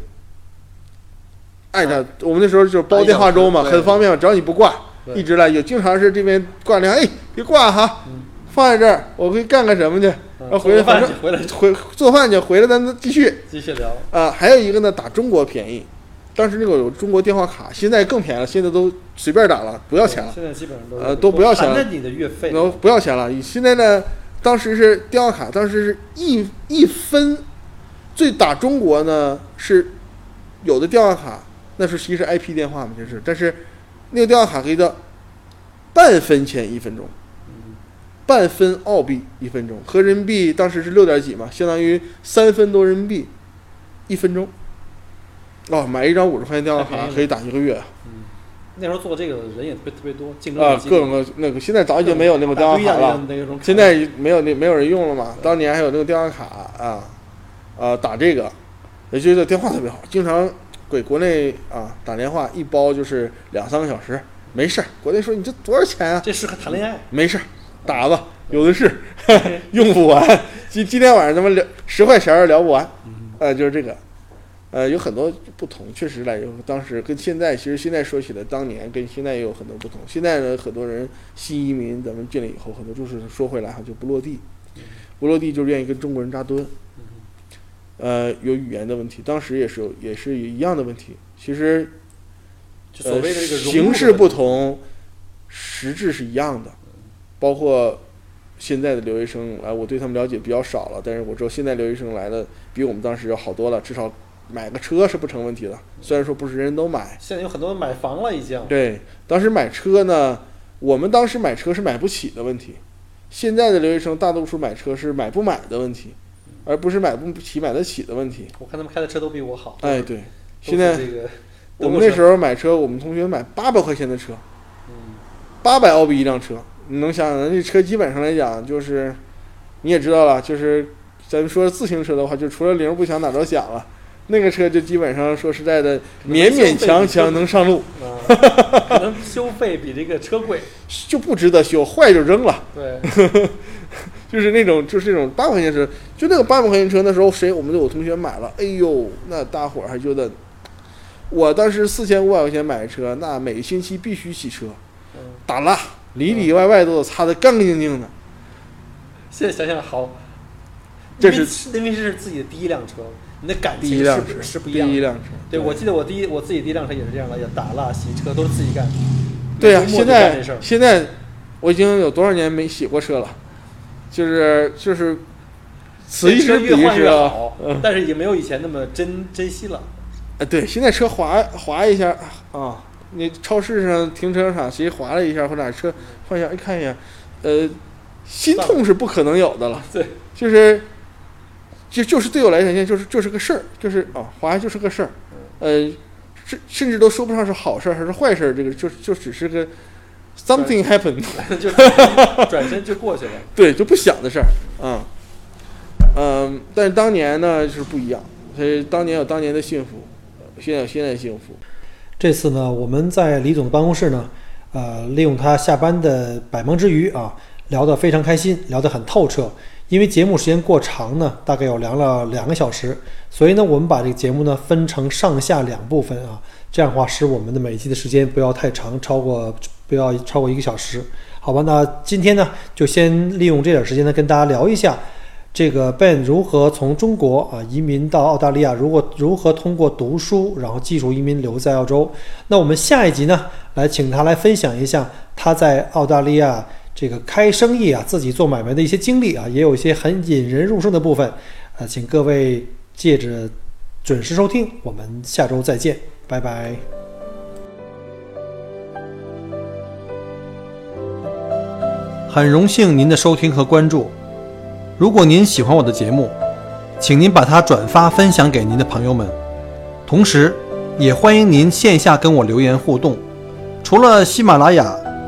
Speaker 3: 爱
Speaker 2: 啊
Speaker 3: 他、我们那时候就是包电话粥嘛，
Speaker 2: 对
Speaker 3: 很方便嘛，只要你不挂，
Speaker 2: 对
Speaker 3: 一直来有，经常是这边挂电话，哎，别挂哈，
Speaker 2: 嗯
Speaker 3: 放在这儿，我会干个什么去，然后啊回来
Speaker 2: 做
Speaker 3: 反
Speaker 2: 饭
Speaker 3: 正
Speaker 2: 去回来
Speaker 3: 回做饭去，回来咱们继续。
Speaker 2: 继续聊。
Speaker 3: 啊，还有一个呢，打中国便宜，当时那个有中国电话卡，现在更便宜了，现在都随便打了，不要钱了，
Speaker 2: 现在基本上都
Speaker 3: 呃都不要钱了
Speaker 2: 含着你的月费
Speaker 3: 然，后不要钱了。现在呢，当时是电话卡，当时是一一分，最打中国呢是有的电话卡，那是其实 IP 电话嘛，就是，但是那个电话卡可以到半分钱一分钟，
Speaker 2: 嗯
Speaker 3: 半分澳币一分钟，合人民币当时是六点几嘛，相当于三分多人民币一分钟。哦，买一张五十块钱电话
Speaker 2: 太便
Speaker 3: 卡
Speaker 2: 宜了
Speaker 3: 可以打一个月啊，
Speaker 2: 那时候做这个的人也特别特别多，竞争
Speaker 3: 啊
Speaker 2: 也激
Speaker 3: 各
Speaker 2: 烈
Speaker 3: 种各那个，现在早已经没有那种电话
Speaker 2: 大堆一样
Speaker 3: 卡了
Speaker 2: 一样。的那种卡
Speaker 3: 现在没有那没有人用了嘛？当年还有那个电话卡啊，啊打这个，也觉得电话特别好，经常给国内啊打电话一包就是两三个小时，没事儿。国内说你这多少钱啊？
Speaker 2: 这适合谈恋爱，
Speaker 3: 没事儿，打吧，有的是， 用不完。今今天晚上咱们聊十块钱儿聊不完，呃，就是这个，呃，有很多不同，确实来由当时跟现在，其实现在说起来，当年跟现在也有很多不同。现在呢，很多人新移民，咱们进来以后，很多就是说回来哈就不落地，不落地就愿意跟中国人扎堆，呃，有语言的问题，当时也是有也是一样的问题。其实
Speaker 2: 就所谓的这个
Speaker 3: 呃、
Speaker 2: 融入
Speaker 3: 形式
Speaker 2: 的嗯
Speaker 3: 不同，实质是一样的。包括现在的留学生啊，我对他们了解比较少了，但是我知道现在留学生来的比我们当时要好多了，至少买个车是不成问题的。
Speaker 2: 嗯
Speaker 3: 虽然说不是人人都买，
Speaker 2: 现在有很多人买房了已经，
Speaker 3: 对，当时买车呢，我们当时买车是买不起的问题，现在的留学生大多数买车是买不买的问题，而不是买不起买得起的问题。
Speaker 2: 我看他们开的车都比我好。
Speaker 3: 哎，对，
Speaker 2: 都是
Speaker 3: 现在
Speaker 2: 这个
Speaker 3: 我们那时候买车，我们同学买八百块钱的车，
Speaker 2: 嗯
Speaker 3: 八百澳币一辆车，你能想想，那车基本上来讲就是，你也知道了，就是咱们说自行车的话，就除了铃不响哪都响了，那个车就基本上说实在的，勉勉强强能上路，
Speaker 2: 啊， 可能修费比这个车贵。
Speaker 3: 就不值得修，坏就扔了，
Speaker 2: 对，
Speaker 3: 就是那种就是那种八百块钱车，就那个八百块钱车，那时候谁我们就有同学买了，哎呦，那大伙儿还觉得，我当时四千五百块钱买的车，那每个星期必须洗车，
Speaker 2: 嗯，
Speaker 3: 打蜡，里里外外都得擦得干干净净的。
Speaker 2: 现在想想好，
Speaker 3: 这
Speaker 2: 因为
Speaker 3: 是
Speaker 2: 是因为这是自己的第一辆车，你的感
Speaker 3: 第一
Speaker 2: 情
Speaker 3: 辆
Speaker 2: 是
Speaker 3: 车
Speaker 2: 不是不
Speaker 3: 第
Speaker 2: 一样
Speaker 3: 一
Speaker 2: 的。
Speaker 3: 辆车。
Speaker 2: 对，我记得我第一我自己第一辆车也是这样的，也打蜡、洗车都是自己干。
Speaker 3: 对呀、
Speaker 2: 每周末
Speaker 3: 现
Speaker 2: 就干
Speaker 3: 在
Speaker 2: 这事儿，
Speaker 3: 现在我已经有多少年没洗过车了，就是就是，此一
Speaker 2: 这
Speaker 3: 时
Speaker 2: 车
Speaker 3: 彼
Speaker 2: 越
Speaker 3: 一
Speaker 2: 换
Speaker 3: 时
Speaker 2: 越
Speaker 3: 啊。
Speaker 2: 好
Speaker 3: 嗯，
Speaker 2: 但是也没有以前那么珍珍惜了。
Speaker 3: 啊，对，现在车划划一下啊，你超市上停车场谁划了一下或者哪车换一下，哎看一下，呃，心痛是不可能有的了，
Speaker 2: 对，
Speaker 3: 就是就就是对我来讲，现在就是就是个事儿，就是啊，划就是个事儿，
Speaker 2: 嗯
Speaker 3: 呃，甚甚至都说不上是好事儿还是坏事儿，这个就就只是个 something happened，
Speaker 2: 就转身就过去了。
Speaker 3: 对，就不想的事儿，嗯，嗯，但是当年呢就是不一样，所以当年有当年的幸福，现在有现在的幸福。
Speaker 4: 这次呢，我们在李总的办公室呢，呃，利用他下班的百忙之余啊，聊得非常开心，聊得很透彻。因为节目时间过长呢，大概有聊了两个小时，所以呢，我们把这个节目呢分成上下两部分啊，这样的话使我们的每一期的时间不要太长，超过不要超过一个小时，好吧？那今天呢，就先利用这点时间呢，跟大家聊一下这个 Ben 如何从中国啊移民到澳大利亚，如果如何通过读书，然后技术移民留在澳洲。那我们下一集呢，来请他来分享一下他在澳大利亚
Speaker 2: 这个开生意啊、自己做买卖的一些经历啊，也有一些很引人入胜的部分。啊，请各位借着准时收听，我们下周再见，拜拜。很荣幸您的收听和关注。如果您喜欢我的节目，请您把它转发分享给您的朋友们，同时也欢迎您线下跟我留言互动。除了喜马拉雅，